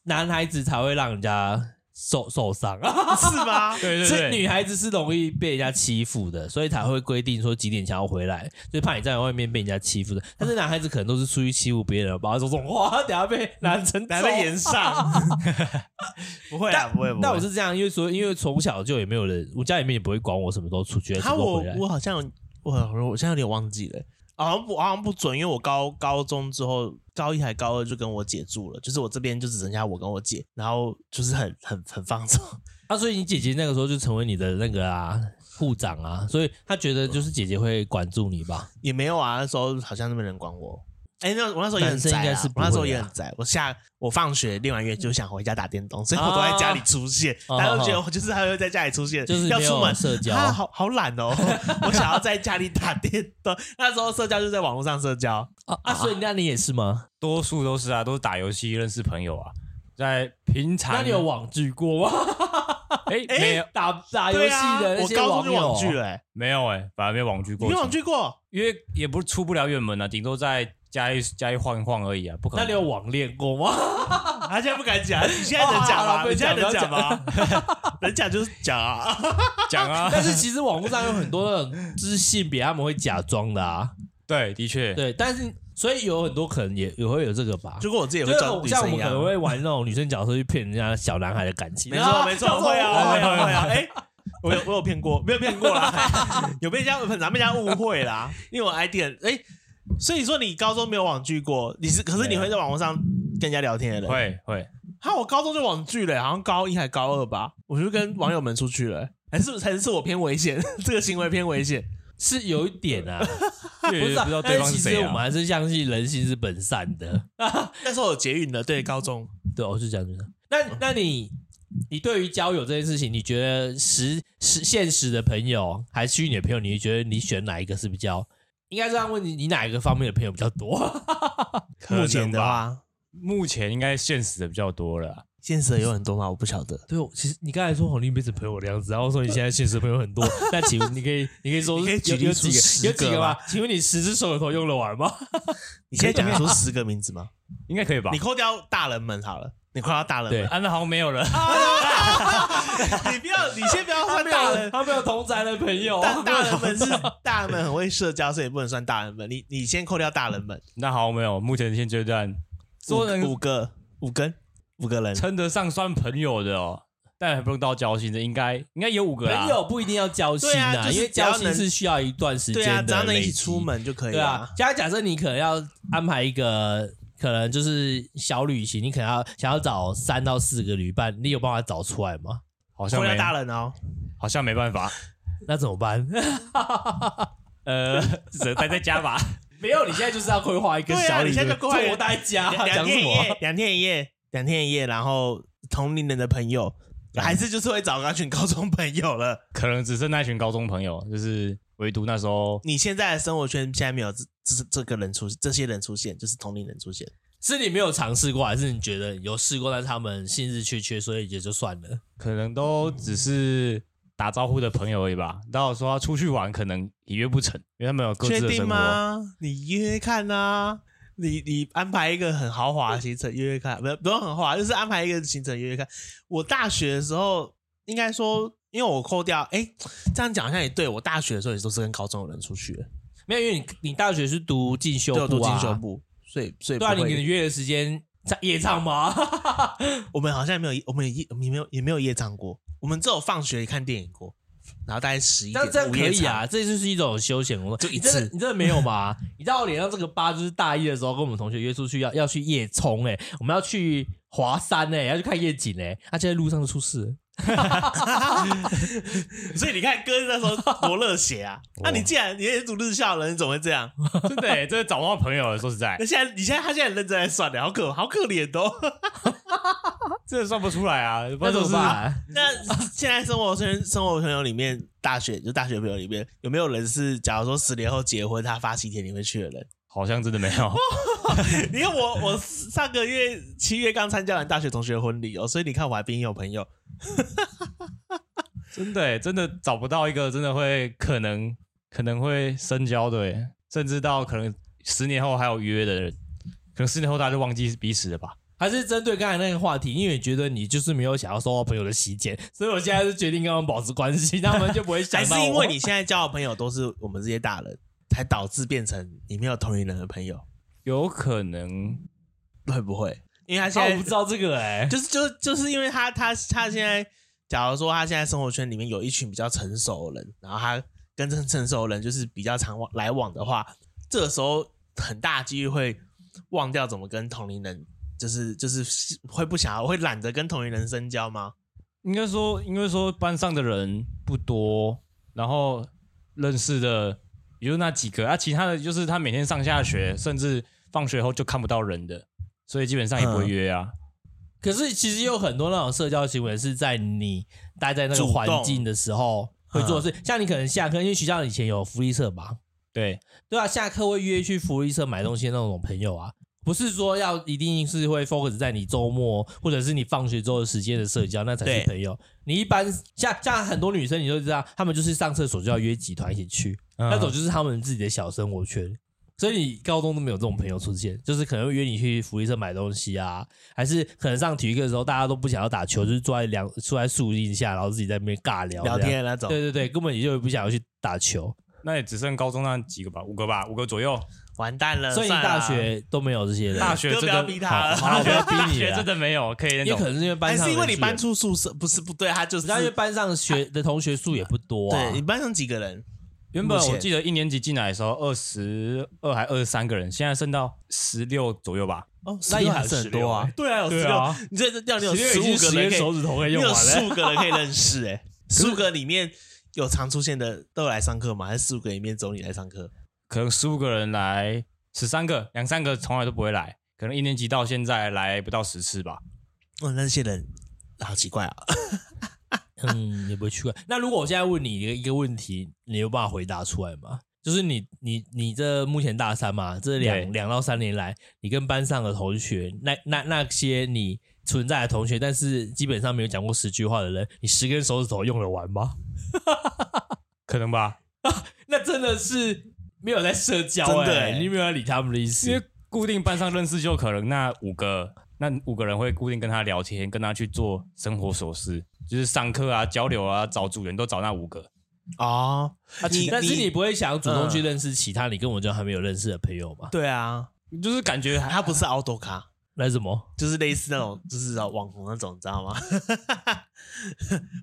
Speaker 1: 男孩子才会让人家受受伤，
Speaker 3: 是吗？
Speaker 2: 对对
Speaker 1: 是
Speaker 2: 对，
Speaker 1: 女孩子是容易被人家欺负的，所以才会规定说几点前要回来，就是怕你在外面被人家欺负的。但是男孩子可能都是出于欺负别人，把他说这种话，等下被男 生
Speaker 3: 来被
Speaker 1: 揍
Speaker 3: 延上， 不会啊啦，不会，不会。
Speaker 1: 但我是这样，因为所以因为从小就也没有人，我家里面也不会管我什么时候出去，什么
Speaker 3: 他
Speaker 1: 时候
Speaker 3: 我
Speaker 1: 回来。
Speaker 3: 我好像我我现在有点忘记了，欸好像不好像不准，因为我高高中之后高一还高二就跟我姐住了，就是我这边就只剩下我跟我姐，然后就是很很很放纵，
Speaker 1: 啊，所以你姐姐那个时候就成为你的那个啊护长啊，所以她觉得就是姐姐会管住你吧？
Speaker 3: 也没有啊，那时候好像都没人管我，哎、那我那时候也很
Speaker 1: 男生
Speaker 3: 宅、啊，
Speaker 1: 应该是不
Speaker 3: 我那时候
Speaker 1: 会
Speaker 3: 也
Speaker 1: 啊
Speaker 3: 很宅。我下我放学练完乐就想回家打电动，所以我都在家里出现。
Speaker 1: 哦
Speaker 3: 大家都觉得我就是他会在家里出现，
Speaker 1: 就是
Speaker 3: 要
Speaker 1: 没有
Speaker 3: 出门
Speaker 1: 社交
Speaker 3: 啊，好好懒 哦。我想要在家里打电动，那时候社交就在网络上社交。
Speaker 1: 啊啊！所以那你也是吗？
Speaker 2: 多数都是啊，都是打游戏认识朋友啊。在平常，
Speaker 1: 那你有网剧过吗？
Speaker 2: 哎、没有
Speaker 1: 打打游
Speaker 3: 对
Speaker 1: 戏
Speaker 3: 啊，
Speaker 1: 的那
Speaker 3: 我
Speaker 1: 些
Speaker 3: 高中就网
Speaker 1: 网
Speaker 3: 剧
Speaker 1: 剧
Speaker 3: 了、欸，
Speaker 2: 没有哎、反而没有网剧
Speaker 3: 你
Speaker 2: 过。
Speaker 3: 没网剧过？
Speaker 2: 因为也不是出不了远门啊，顶多在家里家里晃一晃而已啊，不 可
Speaker 1: 那
Speaker 2: 能。
Speaker 1: 你有网恋过 吗？
Speaker 3: 他现在不敢讲，你现在能 讲
Speaker 1: 哦好
Speaker 3: 吗？
Speaker 1: 啦不
Speaker 3: 你
Speaker 1: 能
Speaker 3: 现在
Speaker 1: 讲
Speaker 3: 能讲吗？ 能讲就是讲啊。
Speaker 2: 讲啊？
Speaker 1: 但是其实网络上有很多那种知性别，他们会假装的啊。
Speaker 2: 对，的确，
Speaker 1: 对，但是所以有很多可能也也会有这个吧。
Speaker 3: 如果我自己也
Speaker 1: 就
Speaker 3: 会装
Speaker 1: 是
Speaker 3: 女
Speaker 1: 像我
Speaker 3: 生一
Speaker 1: 们可
Speaker 3: 样
Speaker 1: 能，会玩那种女生角色去骗人家小男孩的感情
Speaker 3: 没，
Speaker 1: 然后
Speaker 3: 错没错，会啊会啊会啊。哎，我有我有骗过，没有骗过啦， 有被人家咱们被人家误会啦，因为我 ID 很哎，所以说你高中没有网剧过，你是可是你会在网络上跟人家聊天的人。
Speaker 2: 会会，
Speaker 3: 哈，我高中就网剧了，好像高一还高二吧，我就跟网友们出去了。还是还是我偏危险，这个行为偏危险。
Speaker 1: 是有一点啊，
Speaker 2: 越
Speaker 1: 不
Speaker 2: 来
Speaker 1: 是
Speaker 2: 越
Speaker 1: 啊、
Speaker 2: 不知道对方
Speaker 1: 但
Speaker 2: 是
Speaker 1: 其
Speaker 2: 谁
Speaker 1: 实我们
Speaker 2: 啊。
Speaker 1: 还是相信人性是本善的。
Speaker 3: 那时候有捷运的，对高中，
Speaker 1: 对，哦我是这样觉得。那那你你对于交友这件事情，你觉得实实现实的朋友还是虚拟的朋友，你觉得你选哪一个是比较？应该这样问你，你哪一个方面的朋友比较多？啊
Speaker 2: 可能吧
Speaker 3: 目前的话，
Speaker 2: 目前应该现实的比较多了啊、
Speaker 3: 现实的有很多吗？我不晓得。
Speaker 1: 对，我其实你刚才说红利变成朋友的样子，然后说你现在现实朋友很 多，那请问你可以你可以说
Speaker 3: 你可以举
Speaker 1: 有
Speaker 3: 例
Speaker 1: 有
Speaker 3: 出
Speaker 1: 几
Speaker 3: 十
Speaker 1: 个有几
Speaker 3: 个
Speaker 1: 个
Speaker 3: 吗
Speaker 1: 吗？请问你十只手指头用得完吗？
Speaker 3: 你现在讲得出十个名字 吗？
Speaker 2: 应该可以吧
Speaker 3: 你？扣掉大人们好了，你扣掉大人们，
Speaker 2: 安的好像没有了，
Speaker 3: 你不要，你先不 要算大人，
Speaker 1: 他没有同宅的朋友啊
Speaker 3: 但大人们是大人们很会社交，所以不能算大人们。你你先扣掉大人们，
Speaker 2: 那好像没有。目前现阶段，说
Speaker 3: 五
Speaker 2: 能
Speaker 3: 五个五根五个人，
Speaker 2: 称得上算朋友的哦，但还不用到交心的，应该应该有五个啦
Speaker 1: 啊朋。友不一定要交心
Speaker 3: 对啊就是
Speaker 1: 因为
Speaker 3: 只要
Speaker 1: 交心
Speaker 3: 能
Speaker 1: 是需要一段时
Speaker 3: 对啊，
Speaker 1: 间
Speaker 3: 只
Speaker 1: 的
Speaker 3: 要能
Speaker 1: 累
Speaker 3: 一
Speaker 1: 积。
Speaker 3: 起出门就可以
Speaker 1: 对啊
Speaker 3: 了。，
Speaker 1: 假假设你可能要安排一个，可能就是小旅行，你可能要想要找三到四个旅伴，你有办法找出来吗？
Speaker 2: 好像
Speaker 3: 扣掉
Speaker 2: 没，
Speaker 3: 大人哦，
Speaker 2: 好像没办 法。
Speaker 1: 那怎么办？
Speaker 2: 呃，只能待在 家吧。
Speaker 1: 没有，你现在就是要规 划一个
Speaker 3: 对啊
Speaker 1: 小旅
Speaker 3: 你现在
Speaker 1: 行，
Speaker 3: 就规划一个
Speaker 1: 做代家，啊
Speaker 3: 两 两
Speaker 1: 讲
Speaker 3: 天
Speaker 1: 什
Speaker 3: 一
Speaker 1: 么
Speaker 3: 夜？，两天一夜，两天一夜，然后同龄人的朋友，还是就是会找那群高中朋友了。
Speaker 2: 可能只剩那群高中朋友，就是唯独那时候
Speaker 3: 你现在的生活圈现在没有这这这个人出这些人出现，就是同龄人出现。
Speaker 1: 是你没有尝试过，还是你觉得有试过，但是他们兴致缺缺，所以也就算了？
Speaker 2: 可能都只是打招呼的朋友而已吧。然后说要出去玩，可能也约不成，因为他们有各
Speaker 3: 确
Speaker 2: 自的
Speaker 3: 定
Speaker 2: 生活。
Speaker 3: 吗？你约约看啊，你你安排一个很豪华的行程约约看，不不用很豪华，就是安排一个行程约约看。我大学的时候，应该说，因为我扣掉，哎、这样讲好像也对。我大学的时候也都是跟高中的人出去的，
Speaker 1: 没有，因为你你大学是读进修
Speaker 3: 对，
Speaker 1: 部
Speaker 3: 我
Speaker 1: 啊，
Speaker 3: 都进修部，所以所以
Speaker 1: 对啊，
Speaker 3: 不
Speaker 1: 你
Speaker 3: 会
Speaker 1: 可能约的时间唱夜唱吗？
Speaker 3: 我们好像没有，我们也我们也没有也没有夜唱过，我们只有放学看电影过，然后大概十一点
Speaker 1: 但这样
Speaker 3: 午
Speaker 1: 可
Speaker 3: 夜
Speaker 1: 以
Speaker 3: 场
Speaker 1: 啊，这就是一种休闲活动。
Speaker 3: 就一
Speaker 1: 你真的
Speaker 3: 次
Speaker 1: 你真的没有吗？你知道我连上这个八，就是大一的时候跟我们同学约出去要要去夜冲，哎，我们要去华山哎、要去看夜景哎、他、现在路上就出事了。
Speaker 3: 所以你看哥那时候多热血啊！那、你既然你也读日校了，你怎么会这样？
Speaker 2: 真的耶，真的找不到朋友了。说 实在
Speaker 3: 那，现在你现在他现在很认真在算的，好可好可怜哦。
Speaker 2: 真的算不出来啊。不
Speaker 1: 那
Speaker 2: 知
Speaker 1: 怎
Speaker 2: 道
Speaker 1: 么
Speaker 2: 是
Speaker 1: 办？
Speaker 3: 那现在生活圈生活朋友里面，大学就大学朋友里面，有没有人是假如说十年后结婚，他发喜帖你会去的人？
Speaker 2: 好像真的没有。
Speaker 3: 你看我我上个月七月刚参加完大学同学婚礼哦，所以你看我还边有朋友，
Speaker 2: 真的耶，真的找不到一个真的会可能可能会深交的耶，甚至到可能十年后还有约的人，可能十年后大家就忘记彼此了吧。
Speaker 1: 还是针对刚才那个话题，因为你觉得你就是没有想要收到朋友的喜见，所以我现在是决定跟他们保持关系，那他们就不会想
Speaker 3: 还是
Speaker 1: 到
Speaker 3: 因
Speaker 1: 我
Speaker 3: 为你现在交的朋友都是我们这些大人，才导致变成你没有同龄人的朋友，
Speaker 2: 有可能
Speaker 3: 会不会？因为他现
Speaker 1: 啊，
Speaker 3: 在
Speaker 1: 我不知道这个哎、
Speaker 3: 就是就是就是因为他他他现在，假如说他现在生活圈里面有一群比较成熟的人，然后他跟这成熟的人就是比较常往来往的话，这个时候很大几率会忘掉怎么跟同龄人，就是就是会不想要会懒得跟同龄人深交吗？
Speaker 2: 应该说，应该说班上的人不多，然后认识的也就那几个啊，其他的就是他每天上下学，甚至放学后就看不到人的，所以基本上也不
Speaker 1: 嗯
Speaker 2: 会约啊。
Speaker 1: 可是其实有很多那种社交行为是在你待在那个
Speaker 3: 主动嗯
Speaker 1: 环境的时候会做的事，像你可能下课，因为学校以前有福利社嘛，
Speaker 2: 对，
Speaker 1: 对啊，下课会约去福利社买东西的那种朋友啊，不是说要一定是会 focus 在你周末或者是你放学之后的时间的社交，那才
Speaker 3: 对
Speaker 1: 是朋友。你一般像像很多女生，你就知道，她们就是上厕所就要约集团一起去，那
Speaker 2: 嗯
Speaker 1: 种就是她们自己的小生活圈。所以你高中都没有这种朋友出现，就是可能会约你去福利社买东西啊，还是可能上体育课的时候大家都不想要打球，就是坐在凉坐在树荫下，然后自己在那边尬聊
Speaker 3: 聊
Speaker 1: 这样。
Speaker 3: 天的那种。
Speaker 1: 对对对，根本也就不想要去打球。
Speaker 2: 那也只剩高中那几个吧，五个吧，五个左右。
Speaker 3: 完蛋了，
Speaker 1: 所以你
Speaker 3: 算了啊
Speaker 1: 大学都没有这些人，
Speaker 2: 大学
Speaker 3: 哥
Speaker 2: 真
Speaker 3: 不
Speaker 2: 的
Speaker 3: 要逼他了
Speaker 2: 好 好
Speaker 1: 不要逼你啊
Speaker 2: 大学真的没有可以那
Speaker 1: 也可
Speaker 2: 种。
Speaker 1: 能是因为班
Speaker 3: 还
Speaker 1: 上
Speaker 3: 是因为
Speaker 1: 人
Speaker 3: 你
Speaker 1: 数
Speaker 3: 搬
Speaker 1: 也，
Speaker 3: 出宿舍，不是不对，他就是
Speaker 1: 然后因为班上学的同学数也不多啊
Speaker 3: 对。你班上几个人？
Speaker 2: 原本
Speaker 3: 目
Speaker 2: 我
Speaker 3: 前
Speaker 2: 记得一年级进来的时候二十二还二十三个人，现在剩到十六左右吧。
Speaker 3: 哦，
Speaker 1: 那也
Speaker 3: 16
Speaker 1: 还
Speaker 3: 还是很
Speaker 2: 16
Speaker 3: 多啊
Speaker 2: 欸。
Speaker 3: 对啊，有
Speaker 2: 对
Speaker 3: 十
Speaker 2: 啊
Speaker 3: 六，你这要你有
Speaker 2: 16
Speaker 3: 十
Speaker 2: 已经
Speaker 3: 五个人
Speaker 2: 10
Speaker 3: 可以，
Speaker 2: 手指头可以
Speaker 3: 你
Speaker 2: 用啊
Speaker 3: 有
Speaker 2: 完
Speaker 3: 十
Speaker 2: 了。
Speaker 3: 五个人可以认识哎，十五个里面有常出现的都有来上课吗？还是十五个里面只有你来上课？
Speaker 2: 可能十五个人来十三个，两三个从来都不会来，可能一年级到现在来不到十次吧。
Speaker 3: 哦，那些人好奇怪啊！
Speaker 1: 嗯，也不会奇怪。那如果我现在问你一个一个问题，你有办法回答出来吗？就是你你你这目前大三嘛，这
Speaker 2: 对
Speaker 1: 两两到三年来，你跟班上的同学，那那那些你存在的同学，但是基本上没有讲过十句话的人，你十根手指头用得完吗？
Speaker 2: 可能吧，
Speaker 1: 那真的是没有在社交、
Speaker 3: 真的
Speaker 1: 欸
Speaker 3: 欸
Speaker 1: 你没有在理他们的意思
Speaker 2: 因。为固定班上认识就可能那五个，那五个人会固定跟他聊天，跟他去做生活琐事，就是上课啊、交流啊、找组员都找那五个。
Speaker 3: 哦，你
Speaker 1: 啊但是
Speaker 3: 你嗯
Speaker 1: 你不会想要主动去认识其他你根本就还没有认识的朋友吗？
Speaker 3: 对啊，
Speaker 2: 就是感觉还
Speaker 3: 他不是奥多卡，
Speaker 1: 那是什么？
Speaker 3: 就是类似那种就是网红那种，你知道吗？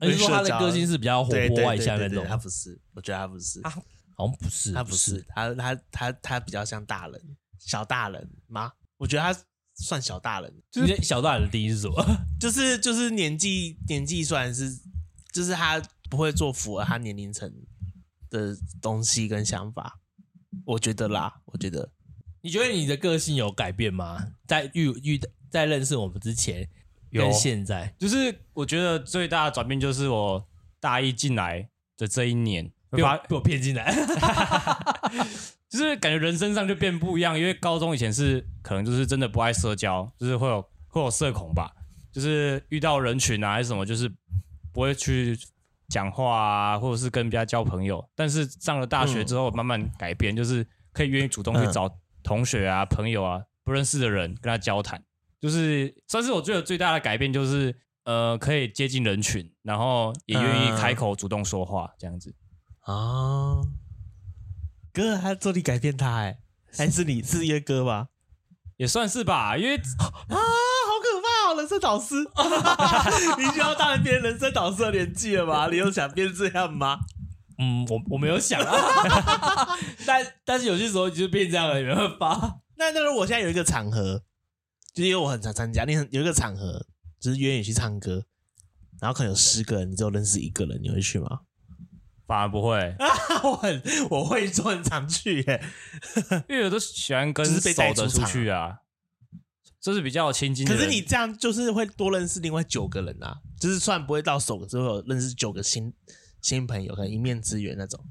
Speaker 1: 而且说他的个性是比较活
Speaker 3: 对
Speaker 1: 泼
Speaker 3: 对
Speaker 1: 外
Speaker 3: 对
Speaker 1: 向
Speaker 3: 对
Speaker 1: 那
Speaker 3: 对
Speaker 1: 种，
Speaker 3: 他不是，我觉得他不是，
Speaker 1: 啊好像不是，
Speaker 3: 他不是，，他他他他比较像大人，小大人吗？我觉得他算小大人，
Speaker 1: 就是你的小大人的定义是什么？
Speaker 3: 就是就是年纪年纪虽然是，就是他不会做符合他年龄层的东西跟想法，我觉得啦，我觉得
Speaker 1: 你觉得你的个性有改变吗？在遇遇在认识我们之前
Speaker 2: 有
Speaker 1: 跟现在，
Speaker 2: 就是我觉得最大的转变就是我大一进来的这一年，会
Speaker 1: 被
Speaker 2: 发
Speaker 1: 我被我骗进来，
Speaker 2: 就是感觉人身上就变不一样，因为高中以前是可能就是真的不爱社交，就是会有会有社恐吧，就是遇到人群啊还是什么，就是不会去讲话啊，或者是跟人家交朋友。但是上了大学之后，慢慢改变，就是可以愿意主动去
Speaker 3: 嗯
Speaker 2: 找同学啊、朋友啊、不认识的人跟他交谈，就是算是我觉得最大的改变就是呃，可以接近人群，然后也愿意
Speaker 3: 嗯
Speaker 2: 开口主动说话这样子。
Speaker 3: 啊、哥他做你改变他哎、还是你是一个哥吧？
Speaker 2: 也算是吧，因 为
Speaker 3: 啊，好可怕哦！人生导师， 你就要当别人人生导师的年纪了吧？你有想变这样吗？
Speaker 1: 嗯，我我没有想啊， 但但是有些时候你就变这样了，没办法。
Speaker 3: 那那如果我现在有一个场合，就是因为我很常参加，你很有一个场合，就是约你去唱歌，然后可能有十个人，你只有认识一个人，你会去 吗？
Speaker 2: 反而不会。
Speaker 3: 我很我会说很常去耶，
Speaker 2: 因为有的喜欢跟
Speaker 3: 就是被带
Speaker 2: 熟的
Speaker 3: 出
Speaker 2: 出
Speaker 3: 场
Speaker 2: 去啊，这是比较亲近的
Speaker 3: 可
Speaker 2: 人。
Speaker 3: 是你这样就是会多认识另外九个人啊，就是虽然不会到手，可是会有认识九个新新朋友，可能一面之缘那种。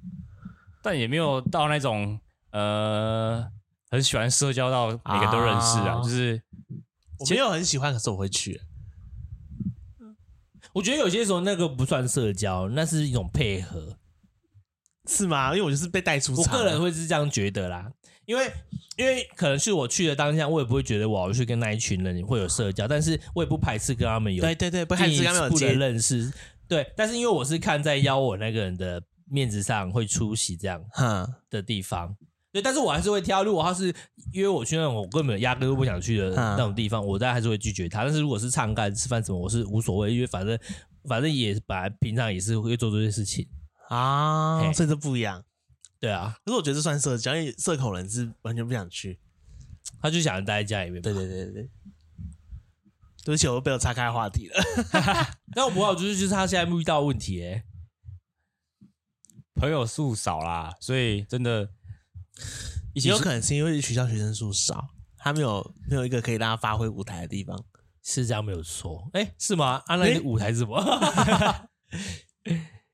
Speaker 2: 但也没有到那种呃很喜欢社交到每个都认识啊，
Speaker 3: 啊
Speaker 2: 就是
Speaker 3: 我没有很喜欢，可是我会去耶。
Speaker 1: 我觉得有些时候那个不算社交，那是一种配合。
Speaker 3: 是吗？因为我就是被带出
Speaker 1: 我
Speaker 3: 场啊。
Speaker 1: 个人会是这样觉得啦，因为因为可能是我去的当下，我也不会觉得我要去跟那一群人会有社交，但是我也不排斥跟他们有
Speaker 3: 对对对，不
Speaker 1: 进
Speaker 3: 还
Speaker 1: 一
Speaker 3: 是刚刚有
Speaker 1: 步的
Speaker 3: 接
Speaker 1: 认识。对，但是因为我是看在邀我那个人的面子上会出席这样
Speaker 3: 哼
Speaker 1: 的地方，对，但是我还是会挑。如果他是约我去那种我根本压根都不想去的那种地方，我当然还是会拒绝他。但是如果是唱歌、吃饭什么，我是无所谓，因为反正反正也本来平常也是会做这些事情。
Speaker 3: 啊，
Speaker 1: 嘿
Speaker 3: 所以这不一样。
Speaker 1: 对啊，
Speaker 3: 可是我觉得这算社交，因为社恐人是完全不想去。
Speaker 1: 他就想待在家里面。
Speaker 3: 对对对对对，对不起，我又被我岔开话题了。
Speaker 1: 但我不好，就是就是他现在遇到的问题、欸，
Speaker 2: 朋友数少啦，所以真的一起
Speaker 3: 有可能是因为学校学生数少，他没有没有一个可以让他发挥舞台的地方。
Speaker 1: 是这样没有错。哎，是吗？啊，那你的
Speaker 3: 诶
Speaker 1: 舞台是什么？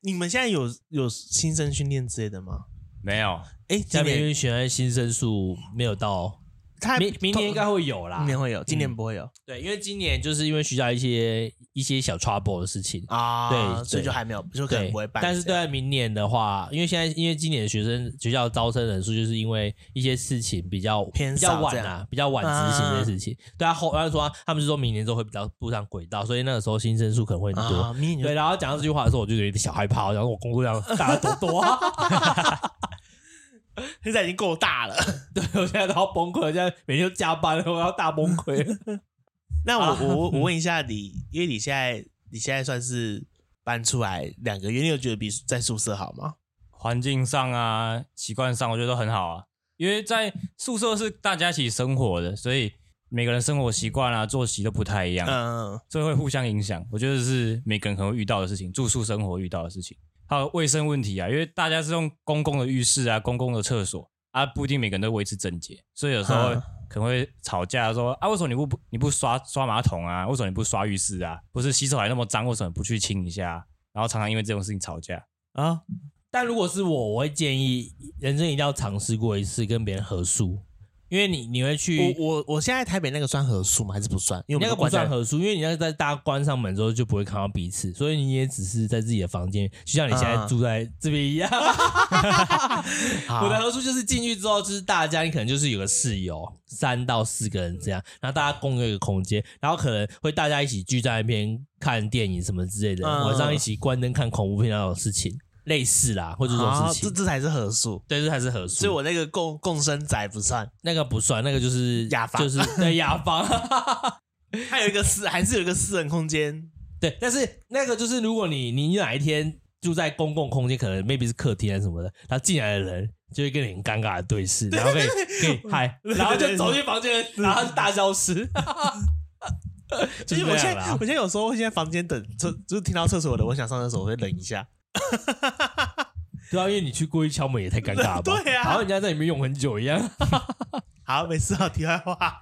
Speaker 3: 你们现在有有新生训练之类的吗？
Speaker 2: 没有，
Speaker 3: 哎，
Speaker 1: 嘉
Speaker 3: 今
Speaker 1: 明
Speaker 3: 年
Speaker 1: 院学院新生数没有到，
Speaker 3: 他
Speaker 1: 明明年应该会嗯有啦
Speaker 3: 明。年会有，今年不会有
Speaker 1: 对，因为今年就是因为学校一些一些小 trouble 的事情，
Speaker 3: 啊
Speaker 1: 对
Speaker 3: 所以
Speaker 1: 对
Speaker 3: 就还没有，就可能
Speaker 1: 对
Speaker 3: 不会，办。
Speaker 1: 但是对，在明年的话，因为现在因为今年的学生学校招生人数，就是因为一些事情比较
Speaker 3: 偏
Speaker 1: 比较
Speaker 3: 少这
Speaker 1: 晚
Speaker 3: 样
Speaker 1: 啊，比较晚执行这些事情。对啊，后他说他们是说明年之后会比较步上轨道，所以那个时候新生数可能会很多。
Speaker 3: 啊，明
Speaker 1: 对，
Speaker 3: 年就
Speaker 1: 然后讲到这句话的时候，我就有点小害怕，然后我工作量大家多多、啊，
Speaker 3: 现在已经够 大了。
Speaker 1: 对我现在都要崩溃了，现在每天都加班了，我要大崩溃了。
Speaker 3: 那我、
Speaker 1: 啊
Speaker 3: 我我我问一下你，因为你现在你现在算是搬出来两个月，你有觉得比在宿舍好吗？
Speaker 2: 环境上啊，习惯上，我觉得都很好啊。因为在宿舍是大家一起生活的，所以每个人生活习惯啊、作息都不太一样，
Speaker 3: 嗯，
Speaker 2: 所以会互相影响。我觉得是每个人可能会遇到的事情，住宿生活遇到的事情，还有卫生问题啊，因为大家是用公共的浴室啊、公共的厕所啊，不一定每个人都维持整洁，所以有时候
Speaker 3: 嗯
Speaker 2: 可能会吵架说啊，为什么你不不你不刷刷马桶啊？为什么你不刷浴室啊？不是洗手台那么脏，为什么不去清一下啊？然后常常因为这种事情吵架。
Speaker 3: 啊，
Speaker 1: 但如果是我，我会建议人生一定要尝试过一次跟别人合宿，因为你你会去
Speaker 3: 我我我现在台北那个算合宿吗？还是不算？因为我
Speaker 1: 你那个
Speaker 3: 们都
Speaker 1: 不
Speaker 3: 关在
Speaker 1: 算合宿，因为你那个在大家关上门之后就不会看到彼此，所以你也只是在自己的房间，就像你现在
Speaker 3: 嗯
Speaker 1: 住在这边一样。
Speaker 3: 啊好
Speaker 1: 我的合宿就是进去之后，就是大家你可能就是有个室友，三到四个人这样，然后大家共用一个空间，然后可能会大家一起聚在那边看电影什么之类的，
Speaker 3: 嗯
Speaker 1: 晚上一起关灯看恐怖片那种事情，类似啦，或者这种
Speaker 3: 啊
Speaker 1: 事，情
Speaker 3: 这。这才是合宿，
Speaker 1: 对，这才是合宿。
Speaker 3: 所以我那个共共生宅不算，
Speaker 1: 那个不算，那个就是
Speaker 3: 雅房
Speaker 1: 就是对雅房。
Speaker 3: 还有一个私，还是有一个私人空间。
Speaker 1: 对，但是那个就是，如果你你哪一天住在公共空间，可能 maybe 是客厅还是什么的，然后进来的人就会跟你很尴尬的对视，然后可以可 以嗨，然后就走进房间，然后他就大消失。
Speaker 3: 就
Speaker 1: 就是是
Speaker 3: 我
Speaker 1: 这
Speaker 3: 现
Speaker 1: 样
Speaker 3: 在，我
Speaker 1: 啦。
Speaker 3: 现在有时候会现在房间等厕，就是听到厕所的，我想上厕所，我会忍一下。
Speaker 1: 对啊，因为你去故意敲门也太尴尬了吧？
Speaker 3: 对啊
Speaker 1: 好像人家在里面用很久一样，
Speaker 3: 好，没事啊，题外话。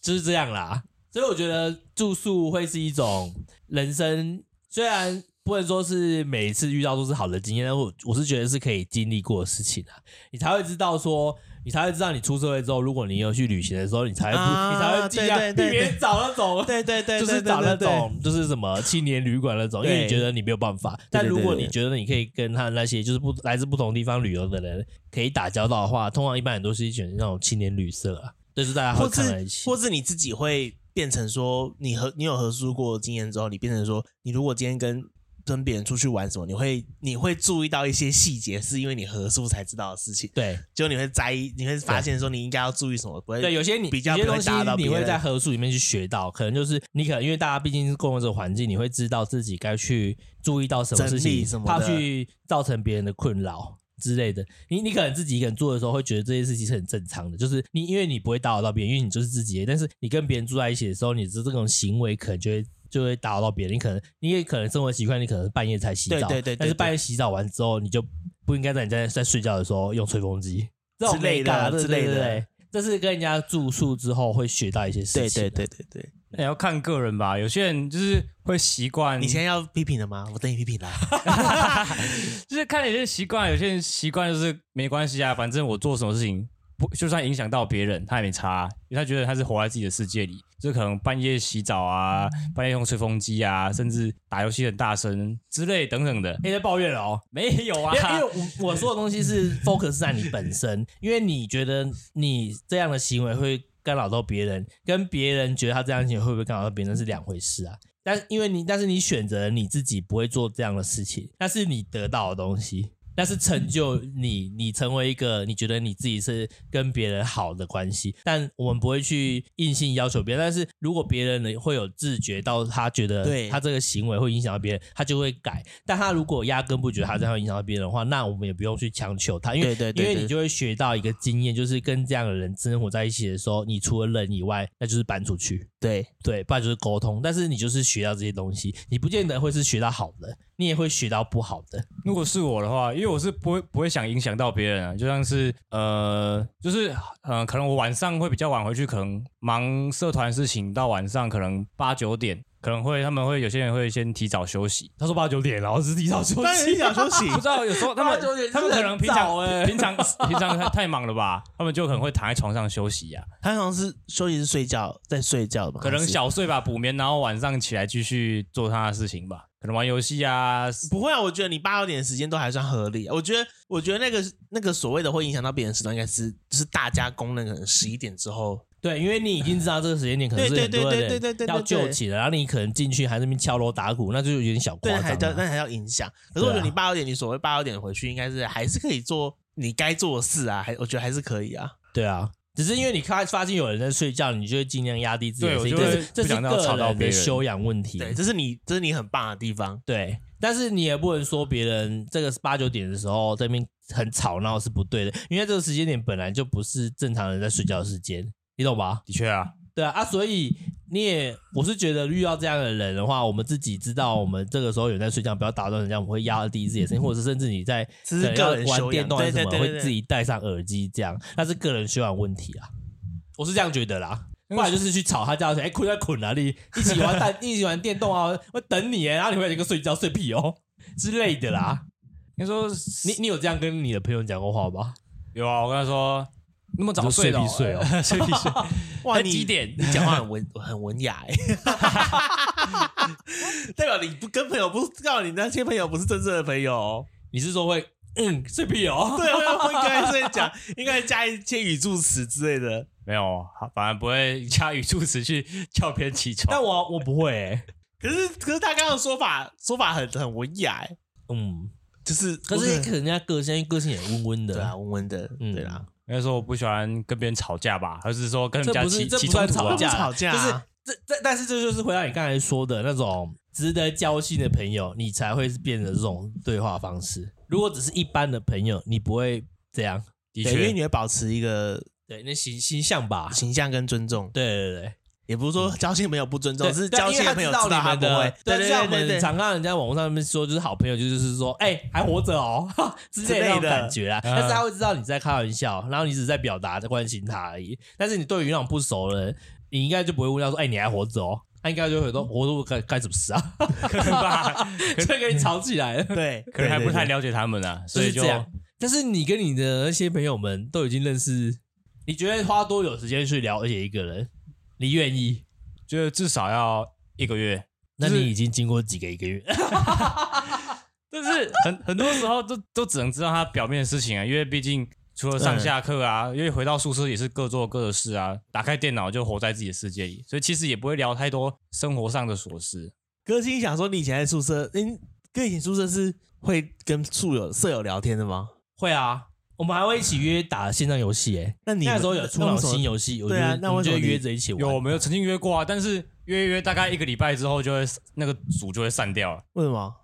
Speaker 1: 就是这样啦。所以我觉得住宿会是一种人生，虽然不能说是每一次遇到都是好的经验，但我我是觉得是可以经历过的事情啊，你才会知道说，你才会知道你出社会之后，如果你有去旅行的时候，你才会不，
Speaker 3: 啊
Speaker 1: 你才会尽量
Speaker 3: 对
Speaker 1: 避
Speaker 3: 对对
Speaker 1: 免找那种。
Speaker 3: 对对对
Speaker 1: 就是找那种，就是什么青年旅馆那种，因为
Speaker 3: 对
Speaker 1: 你觉得你没有办法。但如果
Speaker 3: 对对
Speaker 1: 你觉得你可以跟他那些就是不来自不同地方旅游的人可以打交道的话，通常一般很多是选那种青年旅社啊，就是大家会
Speaker 3: 或
Speaker 1: 看在一起。
Speaker 3: 是或是你自己会变成说，你和你有合宿过的经验之后，你变成说，你如果今天跟跟别人出去玩什么，你会你会注意到一些细节，是因为你合宿才知道的事情，
Speaker 1: 对，
Speaker 3: 就你会在意，你会发现说你应该要注意什么，不会
Speaker 1: 对，有些你
Speaker 3: 呃比较
Speaker 1: 有些
Speaker 3: 不会
Speaker 1: 东西
Speaker 3: 打扰
Speaker 1: 你
Speaker 3: 别
Speaker 1: 会
Speaker 3: 人
Speaker 1: 在合宿里面去学到，可能就是你可能因为大家毕竟是共用这个环境，你会知道自己该去注意到什么
Speaker 3: 整
Speaker 1: 事
Speaker 3: 理
Speaker 1: 情，
Speaker 3: 什么
Speaker 1: 怕
Speaker 3: 的
Speaker 1: 去造成别人的困扰。之类的，你你可能自己一个人做的时候，会觉得这些事情是很正常的，就是你因为你不会打扰到别人，因为你就是自己的。但是你跟别人住在一起的时候，你的这种行为可能就会就会打扰到别人。你可能你也可能生活习惯，你可能半夜才洗
Speaker 3: 对
Speaker 1: 澡，
Speaker 3: 对对对
Speaker 1: 但是
Speaker 3: 对
Speaker 1: 半夜洗澡完之后，你就不应该在你在在睡觉的时候用吹风机这种
Speaker 3: 之类的
Speaker 1: mega，对
Speaker 3: 之类的
Speaker 1: 对对对这是跟人家住宿之后会学到一些事
Speaker 3: 对
Speaker 1: 情。
Speaker 3: 对对对对。
Speaker 2: 也要看个人吧，有些人就是会习惯，
Speaker 3: 你现在要批评了吗？我等你批评啦。
Speaker 2: 就是看有些人习惯，有些人习惯就是没关系啊，反正我做什么事情不就算影响到别人，他也没差啊、因为他觉得他是活在自己的世界里，就可能半夜洗澡啊，半夜用吹风机啊，甚至打游戏很大声之类等等的，
Speaker 1: 你在抱怨了哦，
Speaker 2: 没有啊
Speaker 1: 因为，因为我我说的东西是 focus 在你本身，因为你觉得你这样的行为会干扰到别人，跟别人觉得他这样的行为会不会干扰到别人那是两回事啊。但因为你，但是你选择了你自己不会做这样的事情，那是你得到的东西，那是成就你， 你成为一个你觉得你自己是跟别人好的关系。但我们不会去硬性要求别人，但是如果别人能会有自觉到他觉得
Speaker 3: 对
Speaker 1: 他这个行为会影响到别人，他就会改。但他如果压根不觉得他这样会影响到别人的话，那我们也不用去强求他，因为
Speaker 3: 对对对
Speaker 1: 因为
Speaker 3: 对
Speaker 1: 你就会学到一个经验，就是跟这样的人生活在一起的时候，你除了忍以外，那就是搬出去。
Speaker 3: 对，
Speaker 1: 对，不然就是沟通。但是你就是学到这些东西，你不见得会是学到好的，你也会学到不好的。
Speaker 2: 如果是我的话，因为我是不会不会想影响到别人啊，就像是呃，就是呃，可能我晚上会比较晚回去，可能忙社团事情到晚上可能八九点，可能会他们会有些人会先提早休息。他说八九点，然后是提早休
Speaker 3: 当然
Speaker 2: 息
Speaker 3: 哦你。想休息，
Speaker 2: 不知道有时候他们
Speaker 1: 八九点
Speaker 2: 他们可能平
Speaker 1: 真的很早
Speaker 2: 常、
Speaker 1: 欸
Speaker 2: 平常平常太太忙了吧，他们就可能会躺在床上休息呀、啊
Speaker 3: 他好像是休息是睡觉，在睡觉吧？
Speaker 2: 可能
Speaker 3: 还是
Speaker 2: 小睡吧，补眠，然后晚上起来继续做他的事情吧，可能玩游戏啊，
Speaker 3: 不会啊，我觉得你八九点的时间都还算合理啊。我觉得，我觉得那个那个所谓的会影响到别人的时段，应该是就是大家公认可能十一点之后，
Speaker 1: 对，因为你已经知道这个时间点可能是
Speaker 3: 对
Speaker 1: 很
Speaker 3: 对
Speaker 1: 多
Speaker 3: 对对对对
Speaker 1: 人
Speaker 3: 对
Speaker 1: 要救
Speaker 3: 对
Speaker 1: 起了，然后你可能进去还在那边敲锣打鼓，那就有点小
Speaker 3: 对，
Speaker 1: 夸
Speaker 3: 还叫
Speaker 1: 张、啊。
Speaker 3: 那还要影响。可是我觉得你八九点，你所谓八九点回去，应该是还是可以做你该做的事啊，还我觉得还是可以啊。
Speaker 1: 对啊，只是因为你看发现有人在睡觉，你就会尽量压低自己的声
Speaker 2: 对
Speaker 1: 音，
Speaker 2: 我就
Speaker 1: 这
Speaker 2: 会
Speaker 1: 是这
Speaker 2: 不
Speaker 1: 是
Speaker 2: 想要吵
Speaker 1: 个
Speaker 2: 到
Speaker 1: 人
Speaker 2: 别
Speaker 1: 的
Speaker 2: 人
Speaker 1: 修养问题。
Speaker 3: 对，这是你这是你很棒的地方。
Speaker 1: 对，但是你也不能说别人这个八九点的时候在那边很吵闹是不对的，因为这个时间点本来就不是正常人在睡觉的时间，你懂吧？
Speaker 2: 的确啊，
Speaker 1: 对啊，啊，所以你也，我是觉得遇到这样的人的话，我们自己知道我们这个时候有人在睡觉，不要打断人家，我们会压低自己的声音，或者是甚至你在
Speaker 3: 这
Speaker 1: 可
Speaker 3: 是
Speaker 1: 能
Speaker 3: 个人
Speaker 1: 要玩
Speaker 3: 修
Speaker 1: 电
Speaker 3: 养
Speaker 1: 动还是
Speaker 3: 对
Speaker 1: 什么，
Speaker 3: 对对对
Speaker 1: 会自己戴上耳机这样，那是个人修养问题啊，我是这样觉得啦。不然就是去吵他叫他说，哎、困在困啊， 你一起玩蛋，一起玩电动啊，我等你耶，然后你回来就跟睡觉睡屁哦 之类的啦。
Speaker 2: 你说
Speaker 1: 你你有这样跟你的朋友讲过话吗？
Speaker 2: 有啊，我跟他说那么早睡的哦
Speaker 1: 你就睡屁睡哦
Speaker 2: 睡屁睡。
Speaker 3: 哇，
Speaker 2: 那
Speaker 3: 你
Speaker 2: 几点
Speaker 3: 你讲话很文很文雅哎、代表你不跟朋友不，告诉你那些朋友不是真正的朋友、哦。
Speaker 1: 你是说会嗯睡屁哦？
Speaker 3: 对，我不应该这样讲，应该加一些语助词之类的。
Speaker 2: 没有，反正不会加语助词去叫别人起床。
Speaker 1: 但我我不会、欸，
Speaker 3: 可是可是他刚刚的说法说法很很文雅、欸，
Speaker 1: 嗯。
Speaker 3: 就是
Speaker 1: 可是可能人家个性，因为个性也温温
Speaker 3: 对
Speaker 1: 的
Speaker 3: 啊，。温温的，
Speaker 1: 嗯
Speaker 3: 对啦，
Speaker 2: 那时候我不喜欢跟别人吵架吧，而是说跟人
Speaker 1: 这
Speaker 2: 家
Speaker 1: 不是
Speaker 2: 起
Speaker 1: 这
Speaker 2: 起
Speaker 1: 不算
Speaker 2: 冲突
Speaker 1: 吵
Speaker 2: 啊
Speaker 1: 架，
Speaker 3: 吵架
Speaker 1: 就是
Speaker 3: 啊
Speaker 1: 这这，但是这就是回到你刚才说的那种值得交心的朋友，你才会变得这种对话方式。如果只是一般的朋友，你不会这样，
Speaker 2: 的
Speaker 3: 对因为
Speaker 2: 确，
Speaker 3: 你会保持一个
Speaker 1: 对，那形形象吧。
Speaker 3: 形象跟尊重，
Speaker 1: 对对对
Speaker 3: 也不是说交心朋友不尊重，
Speaker 1: 对，
Speaker 3: 是
Speaker 1: 对
Speaker 3: 交心
Speaker 1: 因为
Speaker 3: 朋友
Speaker 1: 他知道
Speaker 3: 他
Speaker 1: 你们
Speaker 3: 不
Speaker 1: 的
Speaker 3: 会，对
Speaker 1: 对，就像我
Speaker 3: 对对
Speaker 1: 们
Speaker 3: 对
Speaker 1: 常看人家网络上面说，就是好朋友，就是说，哎，还活着哦之类的那种感觉啊。
Speaker 2: 之类的
Speaker 1: 但是他会知道你在开玩笑，然后你只是在表达在关心他而已。但是你对于那种不熟的人，你应该就不会问他说，哎，你还活着哦？他应该就会说，活着该该怎么死啊？
Speaker 2: 可能吧，
Speaker 1: 就跟你吵起来了，
Speaker 3: 对，
Speaker 2: 可能还不太
Speaker 3: 了，
Speaker 2: 了解他们啊，
Speaker 1: 就
Speaker 2: 所
Speaker 1: 是
Speaker 2: 以就
Speaker 1: 这样。但是你跟你的那些朋友们都已经认识，你觉得花多久时间去了解一个人？你愿意？
Speaker 2: 觉得至少要一个月。
Speaker 1: 那
Speaker 2: 就是
Speaker 1: 你已经经过几个一个月？
Speaker 2: 但是 很很多时候都都只能知道他表面的事情啊，因为毕竟除了上下课啊，因为回到宿舍也是各做各的事啊，打开电脑就活在自己的世界里，所以其实也不会聊太多生活上的琐事。
Speaker 3: 哥心想说，你以前在宿舍，嗯，哥以前宿舍是会跟宿友舍友聊天的吗？
Speaker 1: 会啊，我们还会一起约打线上游戏诶。
Speaker 3: 那你
Speaker 1: 那时候有出那种新
Speaker 3: 友，
Speaker 1: 游戏，我
Speaker 3: 对啊
Speaker 1: 就
Speaker 3: 那
Speaker 1: 我
Speaker 3: 为
Speaker 1: 们
Speaker 3: 什
Speaker 1: 就
Speaker 3: 么
Speaker 1: 会
Speaker 3: 你
Speaker 1: 约着一起玩。
Speaker 2: 有，我们有曾经约过啊，但是约一约大概一个礼拜之后，就会那个组就会散掉了，
Speaker 3: 为什么？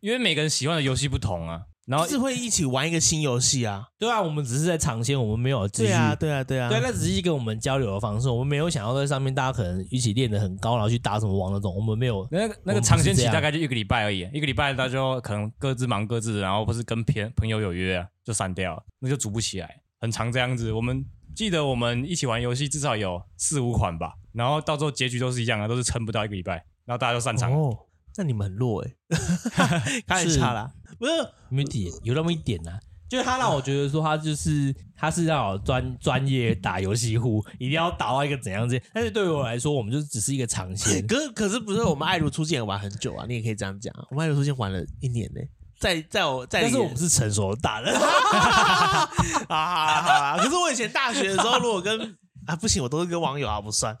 Speaker 2: 因为每个人喜欢的游戏不同啊。然后
Speaker 3: 就是会一起玩一个新游戏啊？
Speaker 1: 对啊，我们只是在尝鲜，我们没有继续
Speaker 3: 对。啊，对啊，对啊，
Speaker 1: 对，那只是一个我们交流的方式，我们没有想要在上面大家可能一起练得很高，然后去打什么王那种，我们没有。
Speaker 2: 那个
Speaker 1: 我
Speaker 2: 那
Speaker 1: 们
Speaker 2: 个
Speaker 1: 不是
Speaker 2: 尝鲜
Speaker 1: 这
Speaker 2: 期
Speaker 1: 样
Speaker 2: 大概就一个礼拜而已，一个礼拜大家就可能各自忙各自的，然后不是跟朋朋友有约、啊、就散掉了，那就组不起来，很常这样子。我们记得我们一起玩游戏至少有四五款吧，然后到最后结局都是一样的，都是撑不到一个礼拜，然后大家都散场。
Speaker 3: 哦，那你们很 弱哎、欸，开玩笑啦，不是。
Speaker 1: 没有点有那么一点呐、就是他让我觉得说他就是他是让我专专业打游戏户， 一定要打到一个怎样子。但是对于我来说，我们就只是一个尝鲜
Speaker 3: 可是可是不是我们爱如初见也玩很久啊？你也可以这样讲啊，我们爱如初见玩了一年呢、在在我在
Speaker 1: 但
Speaker 3: 你
Speaker 1: 是我们是成熟的大人，
Speaker 3: 啊，好啦好啦，可是我以前大学的时候，如果 跟啊不行，我都是跟网友啊，不算，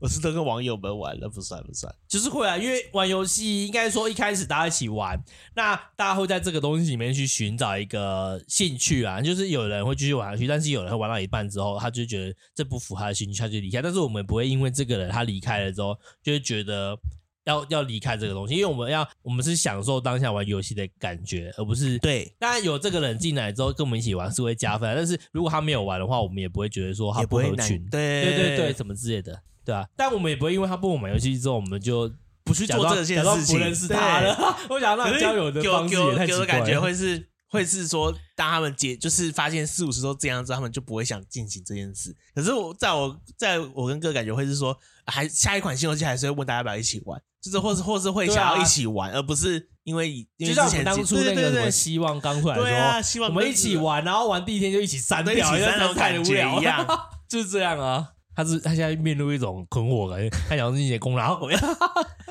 Speaker 3: 我是都跟网友们玩了，不算不算。
Speaker 1: 就是会啊，因为玩游戏应该说一开始大家一起玩，那大家会在这个东西里面去寻找一个兴趣啊，就是有人会继续玩下去，但是有人会玩到一半之后，他就觉得这不符合他的兴趣，他就离开。但是我们不会因为这个人他离开了之后，就会觉得要要离开这个东西，因为我们要我们是享受当下玩游戏的感觉，而不是
Speaker 3: 对，
Speaker 1: 当然有这个人进来之后跟我们一起玩是会加分啊，但是如果他没有玩的话，我们也不会觉得说他
Speaker 3: 也
Speaker 1: 不
Speaker 3: 会
Speaker 1: 合
Speaker 3: 难
Speaker 1: 群，
Speaker 3: 对
Speaker 1: 哎对对对，什么之类的。对啊，但我们也不会因为他不跟我们玩游戏之后，我们就
Speaker 3: 不去
Speaker 1: 假
Speaker 3: 做
Speaker 1: 装
Speaker 3: 这件
Speaker 1: 假装
Speaker 3: 事情，
Speaker 1: 不认识他
Speaker 3: 对
Speaker 1: 了。 我想让
Speaker 3: 可是
Speaker 1: 交友的
Speaker 3: 给我
Speaker 1: 方式
Speaker 3: 给
Speaker 1: 也
Speaker 3: 我
Speaker 1: 太奇
Speaker 3: 给我
Speaker 1: 怪
Speaker 3: 的
Speaker 1: 了，
Speaker 3: 感觉会是会是说，当他们解就是发现四五十都这样之后，他们就不会想进行这件事。可是我在我在我跟哥感觉会是说，啊还下一款新游戏还是会问大家要不要一起玩，就是或是或是会
Speaker 1: 对啊
Speaker 3: 想要一起玩，而不是因为因
Speaker 1: 就像
Speaker 3: 为之
Speaker 1: 我们
Speaker 3: 前
Speaker 1: 当初那
Speaker 3: 对
Speaker 1: 个
Speaker 3: 对
Speaker 1: 什
Speaker 3: 对
Speaker 1: 么
Speaker 3: 对
Speaker 1: 希望刚出来的
Speaker 3: 对
Speaker 1: 时候，
Speaker 3: 啊，希望
Speaker 1: 我们一起
Speaker 3: 跟
Speaker 1: 玩，然后玩第一天就一起删掉，
Speaker 3: 对一起
Speaker 1: 因为
Speaker 3: 删
Speaker 1: 那时
Speaker 3: 那
Speaker 1: 候
Speaker 3: 种
Speaker 1: 太
Speaker 3: 感
Speaker 1: 无
Speaker 3: 觉
Speaker 1: 聊
Speaker 3: 一样
Speaker 1: 了， 就是这样啊。他是他现在面露一种困惑感，他想自己功劳 怎么样？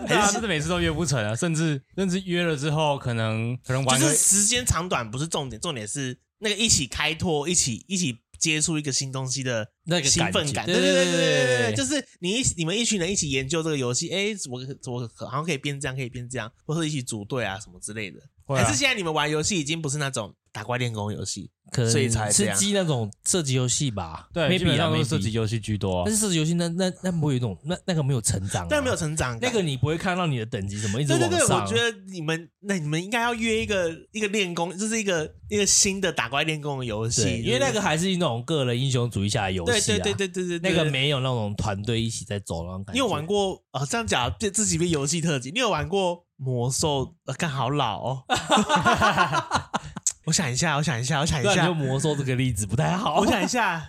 Speaker 2: 对啊，甚至每次都约不成啊，甚至甚至约了之后，可能可能玩
Speaker 3: 就
Speaker 2: 个
Speaker 3: 是时间长短不是重点，重点是那个一起开拓，一起一起接触一个新东西的
Speaker 1: 那个
Speaker 3: 兴奋
Speaker 1: 感
Speaker 3: 感。
Speaker 1: 觉
Speaker 3: 对
Speaker 1: 对对
Speaker 3: 对对
Speaker 1: 对对
Speaker 3: 对对
Speaker 1: 对对
Speaker 3: 对就是你一你们一群人一起研究这个游戏，哎，我我好像可以变这样，可以变这样，或者一起组队啊什么之类的。
Speaker 2: 会
Speaker 3: 还
Speaker 2: 啊
Speaker 3: 是现在你们玩游戏已经不是那种打怪练功游戏，
Speaker 1: 可能
Speaker 3: 所以才这
Speaker 1: 吃
Speaker 3: 样
Speaker 1: 鸡那种射击游戏吧，
Speaker 2: 对，基
Speaker 1: maybe
Speaker 2: 本
Speaker 1: 啊
Speaker 2: 上都是
Speaker 1: maybe
Speaker 2: 射击游戏居多啊
Speaker 1: 但。是射击游戏那那那不会有一种那那个没有成长、啊，
Speaker 3: 哦但没有成长
Speaker 1: 那
Speaker 3: 感。
Speaker 1: 个你不会看到你的等级怎么一直
Speaker 3: 对
Speaker 1: 往
Speaker 3: 对
Speaker 1: 上。
Speaker 3: 对，我觉得你们那你们应该要约一个一个练功，就是一个一个新的打怪练功的游戏，
Speaker 1: 对，因为那个还是那种个人英雄主义下的游戏、
Speaker 3: 对
Speaker 1: 啊，
Speaker 3: 对对对对对，
Speaker 1: 那
Speaker 3: 对
Speaker 1: 个没有那种团队一起在走那种感觉。
Speaker 3: 你有玩过啊、呃这样讲变自己变游戏特辑，你有玩过魔兽？呃，看好 老哦。我想一下，我想一下，我想一
Speaker 1: 对啊，你就
Speaker 3: 下，
Speaker 1: 魔兽这个例子不太好
Speaker 3: 我。想一下。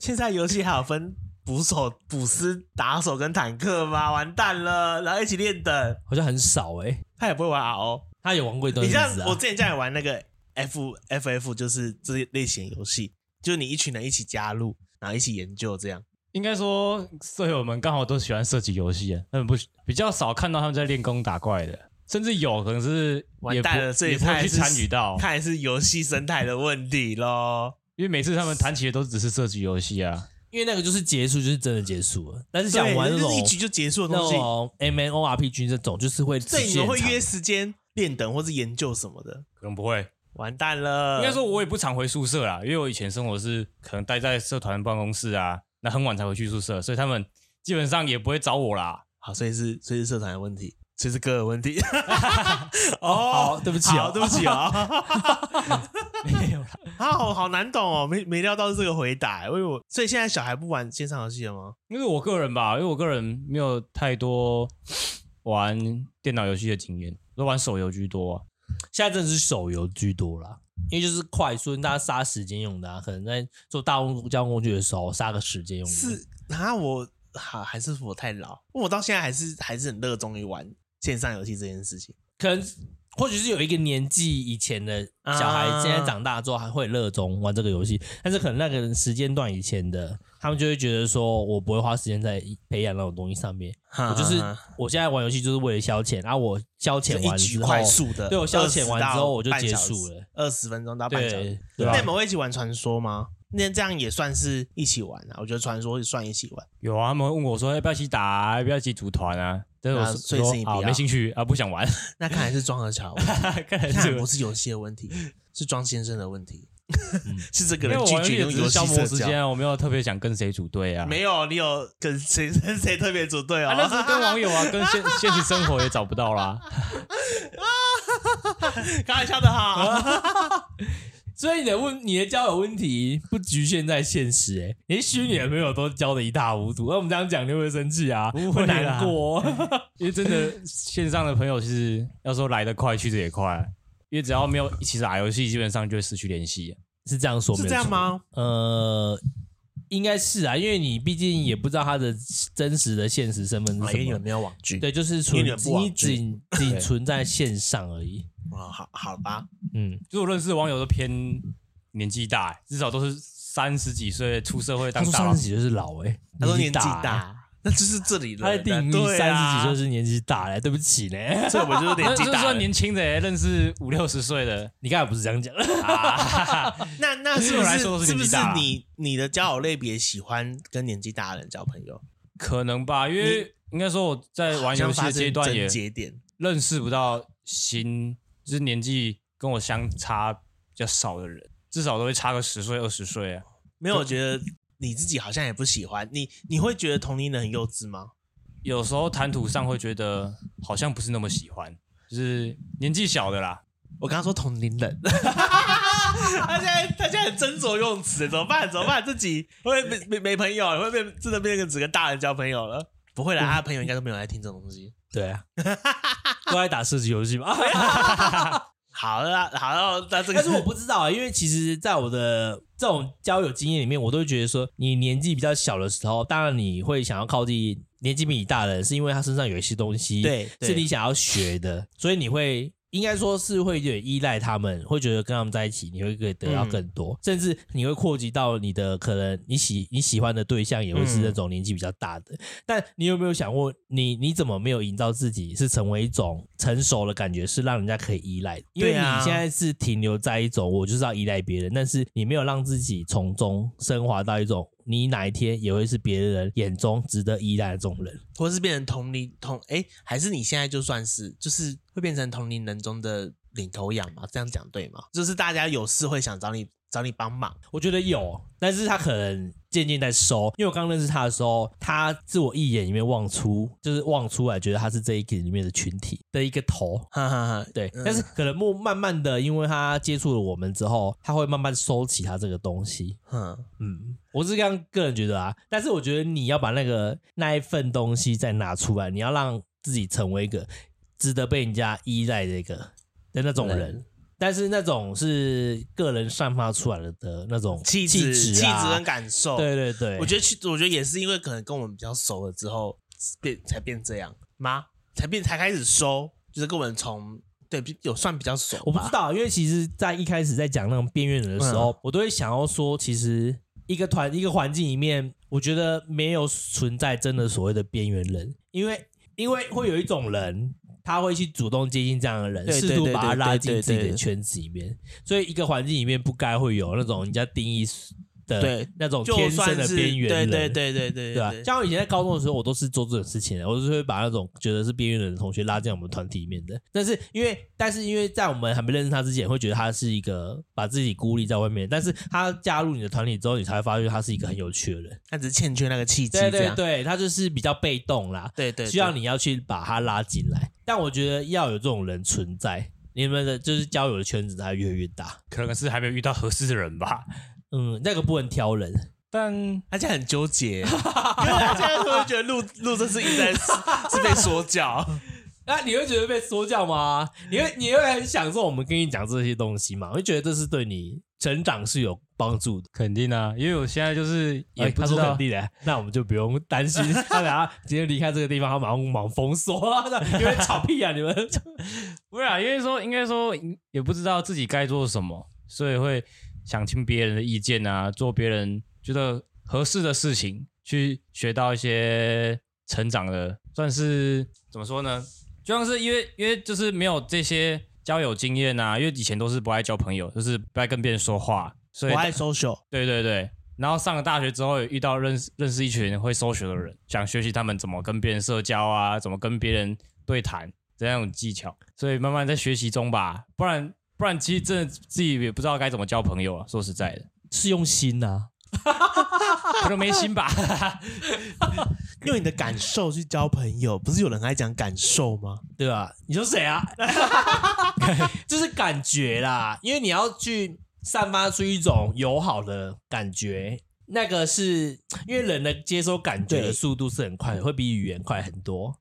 Speaker 3: 现在游戏还有分捕手、捕师、打手跟坦克吗？完蛋了，然后一起练等，
Speaker 1: 好像很少哎、
Speaker 3: 他也不会玩 RO。
Speaker 1: 他有玩过一段
Speaker 3: 你
Speaker 1: 日
Speaker 3: 像
Speaker 1: 子啊。
Speaker 3: 我之前家里玩那个 F F F，就是这类型游戏，就是你一群人一起加入，然后一起研究这样。
Speaker 2: 应该说舍友们刚好都喜欢射击游戏啊，他们不比较少看到他们在练功打怪的，甚至有可能是
Speaker 3: 完
Speaker 2: 也不
Speaker 3: 蛋了所以
Speaker 2: 也不
Speaker 3: 他
Speaker 2: 会
Speaker 3: 还
Speaker 2: 去
Speaker 3: 是
Speaker 2: 参与
Speaker 1: 哦
Speaker 2: 到，
Speaker 3: 看来是游戏生态的问题喽。
Speaker 2: 因为每次他们谈起的都只是射击游戏啊。
Speaker 1: 因为那个就是结束，就是真的结束了。但是想
Speaker 3: 对
Speaker 1: 玩那
Speaker 3: 就
Speaker 1: 种
Speaker 3: 是一局就结束的
Speaker 1: 那
Speaker 3: 东西，
Speaker 1: 种 M N O R P G 这种，就是会
Speaker 3: 所以你们会约
Speaker 1: 直接很
Speaker 3: 时间练等或是研究什么的，
Speaker 2: 可能不会，
Speaker 3: 完蛋了。
Speaker 2: 应该说我也不常回宿舍啦，因为我以前生活是可能待在社团办公室啊，那很晚才回去宿舍，所以他们基本上也不会找我啦。
Speaker 3: 好，所以是所以是社团的问题，所以是哥的问 题。
Speaker 1: 好
Speaker 3: 哦，
Speaker 1: 对不起哦
Speaker 3: 好对不起啊，
Speaker 1: 长 没有啦。
Speaker 3: 好好难懂哦，没没料到这个回答。因为我所以现在小孩不玩线上游戏了吗？
Speaker 2: 因为我个人吧，因为我个人没有太多玩电脑游戏的经验，都玩手游居多、啊。
Speaker 1: 现在真的是手游居多啦，因为就是快速，大家杀时间用的、啊，可能在做大众交通工具的时候杀个时间用的。
Speaker 3: 是啊，我好还是我太老，我到现在还是还是很热衷于玩线上游戏这件事情。
Speaker 1: 可能或许是有一个年纪以前的小孩，
Speaker 3: 啊
Speaker 1: 现在长大之后还会热衷玩这个游戏，但是可能那个人时间段以前的，他们就会觉得说我不会花时间在培养那种东西上面，我
Speaker 3: 我
Speaker 1: 就是我现在玩游戏就是为了消遣，然、后我消遣
Speaker 3: 一
Speaker 1: 完
Speaker 3: 局
Speaker 1: 之后，
Speaker 3: 快速的，
Speaker 1: 对我消遣完之后我就结束了，
Speaker 3: 二十分钟到半小时。
Speaker 1: 对
Speaker 2: 对啊
Speaker 1: 对
Speaker 2: 吧
Speaker 3: 那你们会一起玩传说吗？那这样也算是一起玩啊？我觉得传说也算一起玩。
Speaker 2: 有啊，他们会问我说要不要一起打、啊，要不要一起组团啊？但是我
Speaker 3: 啊
Speaker 2: 说
Speaker 3: 所以是你
Speaker 2: 说
Speaker 3: 不
Speaker 2: 啊
Speaker 3: 要
Speaker 2: 没兴趣啊，不想玩。
Speaker 3: 那看来是庄和桥，
Speaker 2: 看来
Speaker 3: 看来
Speaker 2: 是
Speaker 3: 不
Speaker 2: 我
Speaker 3: 是游戏的问题，是庄先生的问题， 是这个
Speaker 2: 因为
Speaker 3: 人
Speaker 2: 嗯我
Speaker 3: 拒
Speaker 2: 玩
Speaker 3: 绝用
Speaker 2: 游戏只
Speaker 3: 游
Speaker 2: 是消
Speaker 3: 戏
Speaker 2: 磨
Speaker 3: 社
Speaker 2: 时
Speaker 3: 交。
Speaker 2: 间啊，我没有特别想跟谁组队啊。
Speaker 3: 没有，你有跟谁跟谁特别组队哦？
Speaker 2: 啊，那是跟网友 啊，跟现现实生活也找不到 啦。
Speaker 3: 开玩笑的哈。
Speaker 1: 所以你的问你的交友问题不局限在现实、欸，哎，连虚拟的朋友都交的一塌糊涂。那我们这样讲，你会不会生气啊？
Speaker 2: 不
Speaker 1: 会
Speaker 2: 会啦
Speaker 1: 难过哦。
Speaker 2: 因为真的线上的朋友，其实要说来得快，去得也快。因为只要没有一起打游戏，基本上就会失去联系。
Speaker 1: 是这样说，
Speaker 3: 是
Speaker 1: 没有
Speaker 3: 这样
Speaker 1: 错
Speaker 3: 吗？
Speaker 1: 呃，应该是啊，因为你毕竟也不知道他的真实的现实身份是
Speaker 3: 因为
Speaker 1: 什
Speaker 3: 你
Speaker 1: 么
Speaker 3: 们。没有网剧。
Speaker 1: 对，就是存
Speaker 3: 因为你们不玩
Speaker 1: 你仅仅存在线上而已。
Speaker 3: 哦，好好吧，
Speaker 1: 嗯，
Speaker 2: 就是我认识的网友都偏年纪大、至少都是三十几岁出社会
Speaker 1: 他
Speaker 2: 当
Speaker 1: 说
Speaker 2: 大
Speaker 1: 三
Speaker 2: 佬
Speaker 1: 十。几就是老哎、
Speaker 3: 他说年纪
Speaker 1: 欸，
Speaker 3: 大，那就是这里
Speaker 1: 他的定义
Speaker 3: 对
Speaker 1: 三
Speaker 3: 啊
Speaker 1: 十几就是年纪大哎嘞、对不起呢。
Speaker 3: 所以我们就是
Speaker 2: 那
Speaker 3: 年纪
Speaker 2: 就是
Speaker 3: 大
Speaker 2: 说
Speaker 3: 了。
Speaker 2: 年轻的、认识五六十岁的
Speaker 1: 你刚才不是这样讲？
Speaker 2: 啊，
Speaker 3: 那那是
Speaker 2: 对
Speaker 3: 不
Speaker 2: 我来说都
Speaker 3: 是是
Speaker 2: 是年
Speaker 3: 不
Speaker 2: 纪
Speaker 3: 是
Speaker 2: 大啦
Speaker 3: 你你的交友类别喜欢跟年纪大的人交朋友？
Speaker 2: 可能吧，因为应该说我在玩游戏的阶段也
Speaker 3: 好像发生症结点，
Speaker 2: 认识不到新，就是年纪跟我相差比较少的人，至少都会差个十岁二十岁啊。
Speaker 3: 没有，我觉得你自己好像也不喜欢你，你会觉得同龄人很幼稚吗？
Speaker 2: 有时候谈吐上会觉得好像不是那么喜欢，就是年纪小的啦。
Speaker 3: 我刚刚说同龄人， 他现在他现在很斟酌用词，怎么办？怎么办？自己会不会没没没朋友，会变真的变成只跟大人交朋友了。不会啦，他的朋友应该都没有来听这种东西。
Speaker 1: 对啊， 都在打射击游戏嘛。
Speaker 3: 好了啦，好了，那这个
Speaker 1: 但是我不知道啊，因为其实，在我的这种交友经验里面，我都会觉得说，你年纪比较小的时候，当然你会想要靠近年纪比你大的人，是因为他身上有一些东西，，
Speaker 3: 对，对
Speaker 1: 是你想要学的，所以你会。应该说是会有点依赖他们，会觉得跟他们在一起，你会可以得到
Speaker 3: 嗯
Speaker 1: 更多，甚至你会扩及到你的可能你喜你喜欢的对象也会是那
Speaker 3: 嗯
Speaker 1: 种年纪比较大的。但你有没有想过，你你怎么没有营造自己是成为一种成熟的感觉，是让人家可以依赖的？因为
Speaker 3: 对
Speaker 1: 你
Speaker 3: 啊
Speaker 1: 现在是停留在一种我就是要依赖别人，但是你没有让自己从中升华到一种你哪一天也会是别人眼中值得依赖的这种人。
Speaker 3: 或是变成同龄同哎、还是你现在就算是就是会变成同龄人中的领头羊嘛？这样讲对吗？就是大家有事会想找你找你帮忙，
Speaker 1: 我觉得有，但是他可能渐渐在收，因为我刚认识他的时候，他是我一眼里面望出，就是望出来，觉得他是这一个里面的群体的一个头。
Speaker 3: 哈哈哈。
Speaker 1: 对，
Speaker 3: 嗯
Speaker 1: 但是可能慢慢慢的，因为他接触了我们之后，他会慢慢收起他这个东西。
Speaker 3: 嗯，
Speaker 1: 嗯，我是这样个人觉得啊，但是我觉得你要把那个那一份东西再拿出来，你要让自己成为一个值得被人家依赖的一个的那种人
Speaker 3: 人。
Speaker 1: 但是那种是个人散发出来的的那种
Speaker 3: 气
Speaker 1: 质、
Speaker 3: 质
Speaker 1: 气
Speaker 3: 气质跟
Speaker 1: 啊，
Speaker 3: 感受，
Speaker 1: 对对对，
Speaker 3: 我觉得去，我觉得也是因为可能跟我们比较熟了之后，变才变这样吗？才变才开始收，就是跟我们从对比有算比较熟吧，嗯
Speaker 1: 我不知道，因为其实，在一开始在讲那种边缘人的时候，我都会想要说，其实一个团一个环境里面，我觉得没有存在真的所谓的边缘人，因为因为会有一种人，他会去主动接近这样的人，
Speaker 3: 对
Speaker 1: 试
Speaker 3: 对
Speaker 1: 图
Speaker 3: 对
Speaker 1: 把他
Speaker 3: 对
Speaker 1: 拉
Speaker 3: 对
Speaker 1: 进
Speaker 3: 对
Speaker 1: 自己的
Speaker 3: 对
Speaker 1: 圈子里面，所以一个环境里面不该会有那种人家定义的
Speaker 3: 对
Speaker 1: 那种
Speaker 3: 就
Speaker 1: 天生
Speaker 3: 算
Speaker 1: 的
Speaker 3: 是
Speaker 1: 边缘
Speaker 3: 对
Speaker 1: 人，
Speaker 3: 对对对对
Speaker 1: 对啊，像我以前在高中的时候，我都是做这种事情的，我就是会把那种觉得是边缘人的同学拉进我们团体里面的。但是因为，但是因为在我们还没认识他之前，会觉得他是一个把自己孤立在外面，但是他加入你的团体之后，你才会发觉他是一个很有趣的人。
Speaker 3: 他只是欠缺那个契机，
Speaker 1: 对
Speaker 3: 这
Speaker 1: 对
Speaker 3: 样
Speaker 1: 对，他就是比较被动啦，
Speaker 3: 对对，
Speaker 1: 需要
Speaker 3: 对
Speaker 1: 你要去把他拉进来。但我觉得要有这种人存在，你们的就是交友的圈子才会越来越大。
Speaker 2: 可能是还没有遇到合适的人吧。
Speaker 1: 嗯，那个不能挑人，
Speaker 2: 但
Speaker 3: 他现在很 纠结，因为他现在会不会觉得录录这次一直在是是被 说教，
Speaker 1: 那、你会觉得被说教吗？你会你会很享受我们跟你讲这些东西吗？会觉得这是对你成长是有帮助的。
Speaker 2: 肯定啊，因为我现在就是也
Speaker 1: 哎
Speaker 2: 不
Speaker 1: 他
Speaker 2: 知
Speaker 1: 说
Speaker 2: 道
Speaker 1: 肯，定的，那我们就不用担心他等下今天离开这个地方，他马上忙封锁啊，你们吵屁啊你们！
Speaker 2: 不是啊，因为说应该说也不知道自己该做什么，所以会想听别人的意见啊，做别人觉得合适的事情，去学到一些成长的，算是怎么说呢？就像是因为因为就是没有这些交友经验啊，因为以前都是不爱交朋友，就是不爱跟别人说话，所以
Speaker 3: 我爱 social，
Speaker 2: 对对对。然后上了大学之后，也遇到认识认识一群会 social 的人，想学习他们怎么跟别人社交啊，怎么跟别人对谈这样一种技巧。所以慢慢在学习中吧，不然不然其实真的自己也不知道该怎么交朋友啊。说实在的，
Speaker 1: 是用心呐、
Speaker 2: 可能没心吧。
Speaker 3: 用你的感受去交朋友，不是有人爱讲感受吗？
Speaker 1: 对吧？你说谁啊？就是感觉啦，因为你要去散发出一种友好的感觉，那个是因为人的接收感觉的
Speaker 3: 对
Speaker 1: 速度是很快的，会比语言快很多。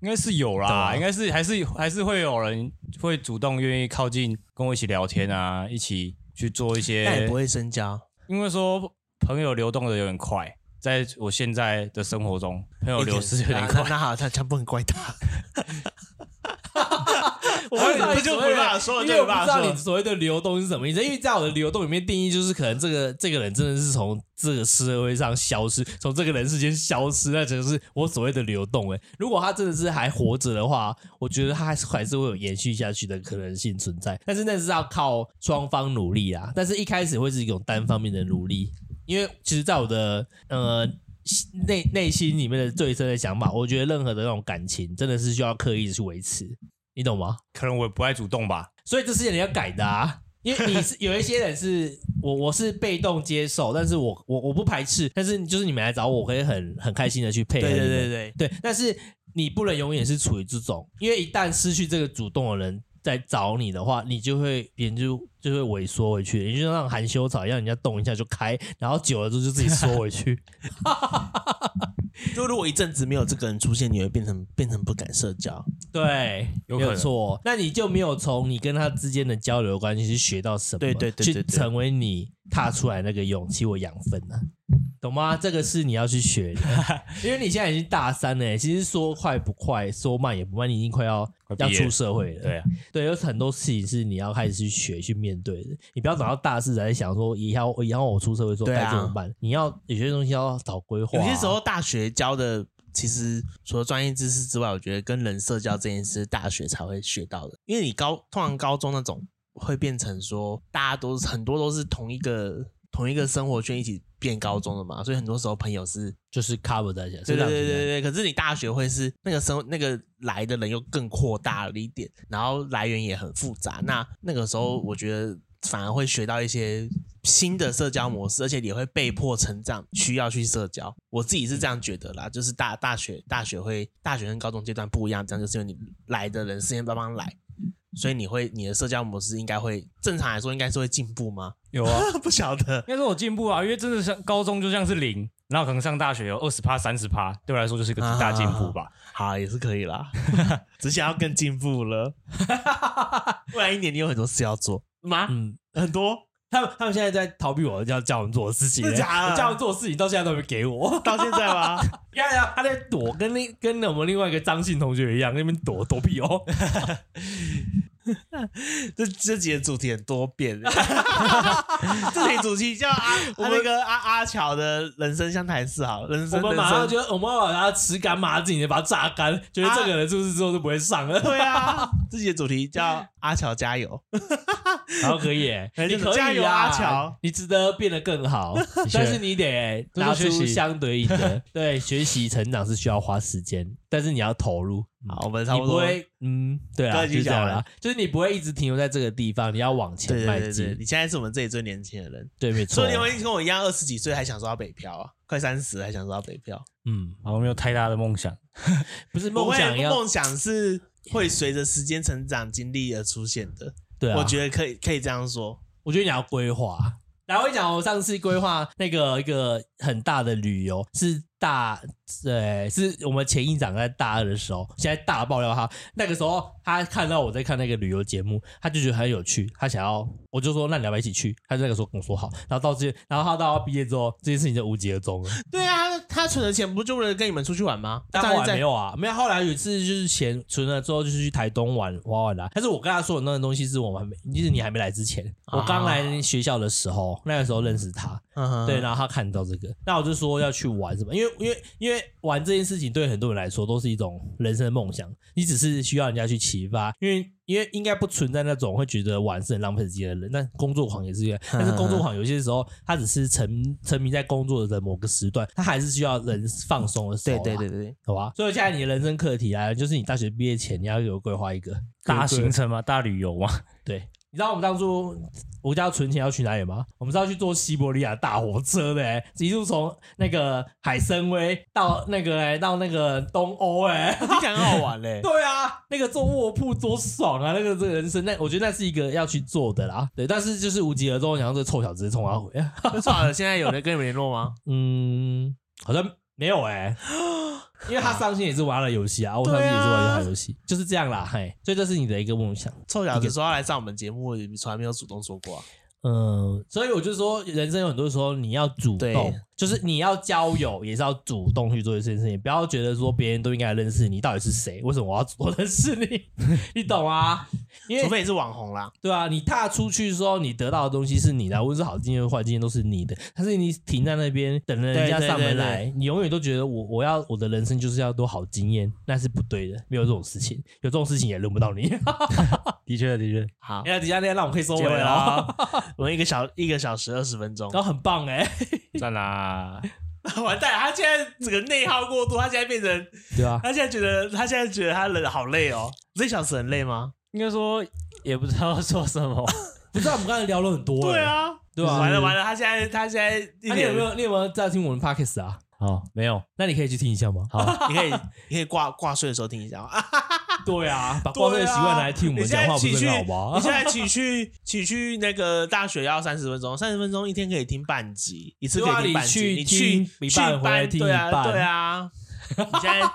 Speaker 2: 应该是有
Speaker 1: 懂
Speaker 2: 啦，
Speaker 1: 啊
Speaker 2: 应该是还是还是会有人会主动愿意靠近，跟我一起聊天啊，一起去做一
Speaker 3: 但也
Speaker 2: 些
Speaker 3: 不。会深交，
Speaker 2: 因为说朋友流动的有点快，在我现在的生活中，朋友流失有点
Speaker 3: 那
Speaker 2: 快
Speaker 3: 那。那好，他他不能怪他。
Speaker 1: 我
Speaker 3: 不知道你所
Speaker 1: 因为
Speaker 3: 谓的因为
Speaker 1: 我
Speaker 3: 我
Speaker 1: 不知
Speaker 3: 不
Speaker 1: 道
Speaker 3: 知道
Speaker 1: 你
Speaker 3: 你
Speaker 1: 所谓的流动是什么意思。因为在我的流动里面定义，就是可能这个这个人真的是从这个社会上消失，从这个人世间消失，那只是我所谓的流动、欸。如果他真的是还活着的话，我觉得他还是还是会有延续下去的可能性存在。但是那是要靠双方努力啊。但是一开始会是一种单方面的努力，因为其实，在我的呃心内内心里面的最深的想法，我觉得任何的那种感情，真的是需要刻意地去维持，你懂吗？
Speaker 2: 可能我也不爱主动吧。
Speaker 1: 所以这是你要改的啊。因为你是有一些人是我，我是被动接受，但是我我我不排斥，但是就是你们来找我，我可以很很开心的去配
Speaker 3: 对
Speaker 1: 合你
Speaker 3: 对
Speaker 1: 们。
Speaker 3: 对对，
Speaker 1: 对，但是你不能永远是处于这种，因为一旦失去这个主动的人，在找你的话，你就会脸就就会萎缩回去，你就像含羞草一样，人家动一下就开，然后久了之后就自己缩回去。
Speaker 3: 就如果一阵子没有这个人出现，你会变成变成不敢社交。
Speaker 1: 对，
Speaker 2: 有
Speaker 1: 没
Speaker 2: 可
Speaker 1: 有
Speaker 2: 能
Speaker 1: 错。那你就没有从你跟他之间的交流关系去学到什么，
Speaker 3: 对对对对对
Speaker 1: 去成为你踏出来那个勇气或养分呢、啊？懂吗？这个是你要去学的， 因为你现在已经大三了、其实说快不快，说慢也不慢，你已经快要
Speaker 2: 快毕
Speaker 1: 要
Speaker 2: 业
Speaker 1: 出
Speaker 2: 了
Speaker 1: 社会了。
Speaker 2: 对啊，
Speaker 1: 对，有很多事情是你要开始去学、去面对的。你不要等到大四才想说，以后以后我出社会之后
Speaker 3: 对啊
Speaker 1: 该怎么办？你要有些东西要早规划
Speaker 3: 有
Speaker 1: 啊、
Speaker 3: 些时候大学教的，其实除了专业知识之外，我觉得跟人社交这件事，大学才会学到的。因为你高通常高中那种会变成说，大家都是很多都是同一个同一个生活圈一起变高中的嘛，所以很多时候朋友是
Speaker 1: 就是 cover 在下，
Speaker 3: 对
Speaker 1: 是这
Speaker 3: 对
Speaker 1: 样
Speaker 3: 对
Speaker 1: 子的
Speaker 3: 对对，可是你大学会是那个生那个来的人又更扩大了一点，然后来源也很复杂。那那个时候，我觉得反而会学到一些新的社交模式，而且你会被迫成长，需要去社交。我自己是这样觉得啦，就是大大学大学会大学跟高中阶段不一样，这样就是因为你来的人事先帮忙来。所以你会你的社交模式应该会正常来说应该是会进步吗？
Speaker 2: 有啊，
Speaker 3: 不晓得，
Speaker 2: 应该说我进步啊，因为真的像高中就像是零，然后可能上大学有二十趴、三十趴，对我来说就是一个极大进步吧。
Speaker 3: 好也是可以 啦，只想要更进步了。未来一年你有很多事要做
Speaker 2: 啊
Speaker 3: 吗？
Speaker 1: 嗯，
Speaker 3: 很多，
Speaker 1: 他们他们现在在逃避我要叫我们做的事情、
Speaker 3: 真的
Speaker 2: 啊
Speaker 3: 假的
Speaker 1: 叫我们做的事情到现在都没给我。
Speaker 3: 到现在吗？
Speaker 1: 你看他在躲，跟那跟我们另外一个张信同学一样，那边躲躲避 哦。
Speaker 3: 这这几个主题很多 变，这题主题叫阿
Speaker 1: 我
Speaker 3: 阿
Speaker 1: 们
Speaker 3: 那个阿阿巧的人生相谈室，好了，人
Speaker 1: 我
Speaker 3: 生
Speaker 1: 们马上
Speaker 3: 人生
Speaker 1: 就我们要把他吃干抹净，把他榨
Speaker 3: 啊
Speaker 1: 干，觉得这个人是不是之后就不会上了？
Speaker 3: 对啊，这集的主题叫阿巧加油，
Speaker 1: 然后可以耶，你可以
Speaker 3: 哎加油
Speaker 1: 啦
Speaker 3: 阿乔，
Speaker 1: 你值得变得更好，但是你得
Speaker 2: 多多
Speaker 1: 拿出
Speaker 2: 学习
Speaker 1: 相对 应的。对，学习成长是需要花时间，但是你要投入。
Speaker 3: 好，我嗯们差
Speaker 1: 嗯你
Speaker 3: 不
Speaker 1: 不
Speaker 3: 多，
Speaker 1: 会，嗯，对啊，
Speaker 3: 对
Speaker 1: 就是这样
Speaker 3: 你讲
Speaker 1: 啦，就是你不会一直停留在这个地方，你要往前
Speaker 3: 对对
Speaker 1: 迈
Speaker 3: 对对，
Speaker 1: 进。
Speaker 3: 你现在是我们这里最年轻的人，
Speaker 1: 对，没错
Speaker 3: 所以。你们跟我一样二十几岁还想说要北漂啊，快三十还想说要北漂，
Speaker 1: 嗯，
Speaker 2: 然后没有太大的梦想，
Speaker 1: 不是
Speaker 3: 不
Speaker 1: 梦
Speaker 3: 会
Speaker 1: 想要
Speaker 3: 梦想是会随着时间成长经历而出现的，
Speaker 1: 对啊，
Speaker 3: 我觉得可以可以这样说，
Speaker 1: 我觉得你要规划。来，我跟你讲，我哦上次规划那个一个很大的旅游是大，呃，是我们前一长在大二的时候，现在大爆料他。那个时候他看到我在看那个旅游节目，他就觉得很有趣，他想要，我就说那你要不要一起去？他就那个时候跟我说好，然后到这，然后他到毕业之后，这件事情就无疾而终了。
Speaker 3: 对啊，他存的钱不就为了跟你们出去玩吗？
Speaker 1: 但
Speaker 3: 照
Speaker 1: 后
Speaker 3: 样
Speaker 1: 来
Speaker 3: 在
Speaker 1: 没有啊，没有。后来有一次就是钱存了之后，就是去台东玩玩玩啊啦、但是我跟他说的那个东西是我们还没，就是你还没来之前，
Speaker 3: 啊
Speaker 1: 我刚来学校的时候，那个时候认识他，
Speaker 3: 嗯哼
Speaker 1: 对，然后他看到这个，那我就说要去玩什么，因为因为因为玩这件事情对很多人来说都是一种人生梦想，你只是需要人家去启发，因为因为应该不存在那种会觉得玩是很浪费时间的人，那工作狂也是一样， 但是工作狂有些时候他只是沉沉迷在工作的某个时段，他还是需要人放松的时候
Speaker 3: 对
Speaker 1: 啦，
Speaker 3: 对对对对，
Speaker 1: 好吧？所以现在你的人生课题啊，就是你大学毕业前你要有规划一个
Speaker 2: 大
Speaker 1: 型。
Speaker 2: 行程嘛，大旅 游嘛，
Speaker 1: 对，你知道我们当初我家存钱要去哪里吗？我们是要去坐西伯利亚大火车的、欸，一路从那个海参崴到那个、欸、到那个东欧、欸， 哎，。
Speaker 3: 听起来很好玩 嘞
Speaker 1: 对啊，那个坐卧铺多爽啊！那个这个人生，那我觉得那是一个要去做的啦。对，但是就是无疾而终，然后这臭小子冲他回，
Speaker 3: 那算了，现在有人跟你们联络 吗？
Speaker 1: 嗯，好像没有哎、因为他伤心也是玩了游戏啊，我伤心也是玩了游戏，就是这样啦，嘿，所以这是你的一个梦想。
Speaker 3: 臭小子说要来上我们节目，从来没有主动说过啊。
Speaker 1: 嗯，所以我就说，人生有很多时候你要主动
Speaker 3: 对，
Speaker 1: 就是你要交友，也是要主动去做这件事情，不要觉得说别人都应该认识你，到底是谁？为什么我要主动 认识你？你懂啊？因
Speaker 3: 除
Speaker 1: 为
Speaker 3: 非你是网红啦，
Speaker 1: 对啊，你踏出去之后，你得到的东西是你的，无论是好经验、坏经验都是你的。但是你停在那边等着人家
Speaker 3: 对对
Speaker 1: 上
Speaker 3: 对
Speaker 1: 门
Speaker 3: 对
Speaker 1: 来，你永远都觉得我我要我的人生就是要多好经验，那是不对的，没有这种事情，有这种事情也轮不到你。
Speaker 2: 的确的确，
Speaker 3: 好，
Speaker 1: 哎呀，底下那让我可以收
Speaker 3: 结
Speaker 1: 尾
Speaker 3: 尾
Speaker 1: 了
Speaker 3: 了
Speaker 1: 哦，
Speaker 3: 哦，我们一个小一个小时二十分钟，
Speaker 1: 然后很棒哎、
Speaker 2: 赞啦！
Speaker 3: 完蛋了，他现在整个内耗过度，他现在变成，
Speaker 1: 对啊，
Speaker 3: 他现在觉得，他现在觉得他人好累哦。这小时很累吗？
Speaker 2: 应该说也不知道说什么，
Speaker 1: 不是、啊、我们刚才聊了很多、哎欸，
Speaker 3: 对啊，
Speaker 1: 对啊
Speaker 3: 完了完了，他现在他现在一
Speaker 1: 那你有
Speaker 3: 点
Speaker 1: 没，有你有没有在听我们 podcast 啊？
Speaker 2: 好没有，
Speaker 1: 那你可以去听一下吗？好，
Speaker 3: 你可以你可以挂挂睡的时候听一下哦啊，
Speaker 1: 对啊，把报税习惯拿来听我们
Speaker 3: 啊你现
Speaker 1: 讲
Speaker 3: 在
Speaker 1: 话，不
Speaker 3: 起
Speaker 1: 是
Speaker 3: 去，
Speaker 1: 很好
Speaker 3: 你现
Speaker 1: 吗？
Speaker 3: 在起去起去那个大学要三十分钟，三十分钟一天可以听半集，一次可以听半集。
Speaker 1: 对啊
Speaker 3: 你
Speaker 1: 你
Speaker 3: 去
Speaker 1: 去听
Speaker 3: 你去
Speaker 1: 一半回来听
Speaker 3: 对啊
Speaker 1: 一半
Speaker 3: 对啊。你现在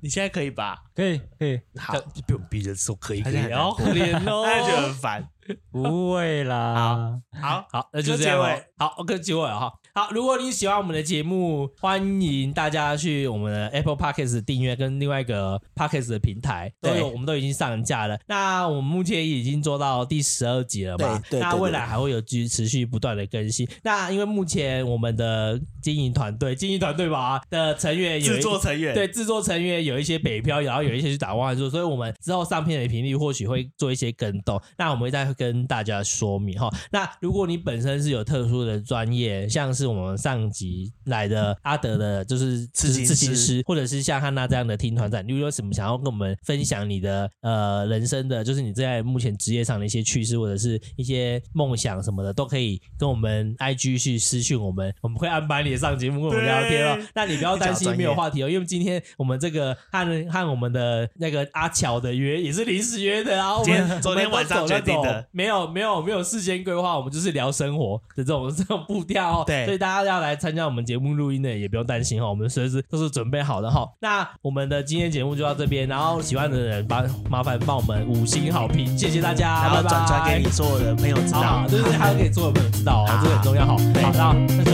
Speaker 3: 你现在 可以吧？
Speaker 2: 可以可以，
Speaker 3: 好，
Speaker 1: 啊比比人说可以
Speaker 3: 可以
Speaker 1: 好可怜 哦。
Speaker 3: 那就很烦。
Speaker 2: 不会啦。
Speaker 3: 好，
Speaker 1: 好，那就这样
Speaker 3: 跟结
Speaker 1: 咯
Speaker 3: 尾。
Speaker 1: 好，跟结尾了哈。好，如果你喜欢我们的节目，欢迎大家去我们的 Apple Podcast 订阅跟另外一个 Podcast 的平台都
Speaker 3: 对
Speaker 1: 有，我们都已经上架了。那我们目前已经做到第十二集了嘛？
Speaker 3: 对对对
Speaker 1: 那未来
Speaker 3: 对
Speaker 1: 还会有继续持续不断的更新。那因为目前我们的经营团队，经营团队吧的成员有一
Speaker 3: 制作成员
Speaker 1: 对，制作成员有一些北漂，然后有一些去打外宿，所以我们之后上片的频率或许会做一些跟动，那我们会再跟大家说明哈。那如果你本身是有特殊的专业，像是我们上集来的阿德的，就是
Speaker 3: 刺青
Speaker 1: 刺青
Speaker 3: 师
Speaker 1: 师，或者是像汉娜这样的听团长，你有什么想要跟我们分享你的呃人生的，就是你在目前职业上的一些趣事，或者是一些梦想什么的，都可以跟我们 IG 去私讯我们，我们会安排你上节目跟我们聊天
Speaker 3: 对
Speaker 1: 哦。那你不要担心没有话题哦，因为今天我们这个和和我们的那个阿乔的约也是临时约的啊，我
Speaker 3: 今天
Speaker 1: 们
Speaker 3: 昨天晚上决定的，
Speaker 1: 我们都走那种没有没有没有事先规划，我们就是聊生活的这种 这种步调哦。
Speaker 3: 对
Speaker 1: 所以大家要来参加我们节目录音的也不用担心哦，我们随时都是准备好的哈、哦。那我们的今天节目就到这边，然后喜欢的人帮麻烦帮我们五星好评，谢谢大家，
Speaker 3: 然后转传
Speaker 1: 拜拜
Speaker 3: 给你所有的朋友知
Speaker 1: 好，
Speaker 3: 道。
Speaker 1: 对对，对还有给所有朋友知道哦，
Speaker 3: 好
Speaker 1: 这个很重要哈。
Speaker 3: 对
Speaker 1: 好，那那就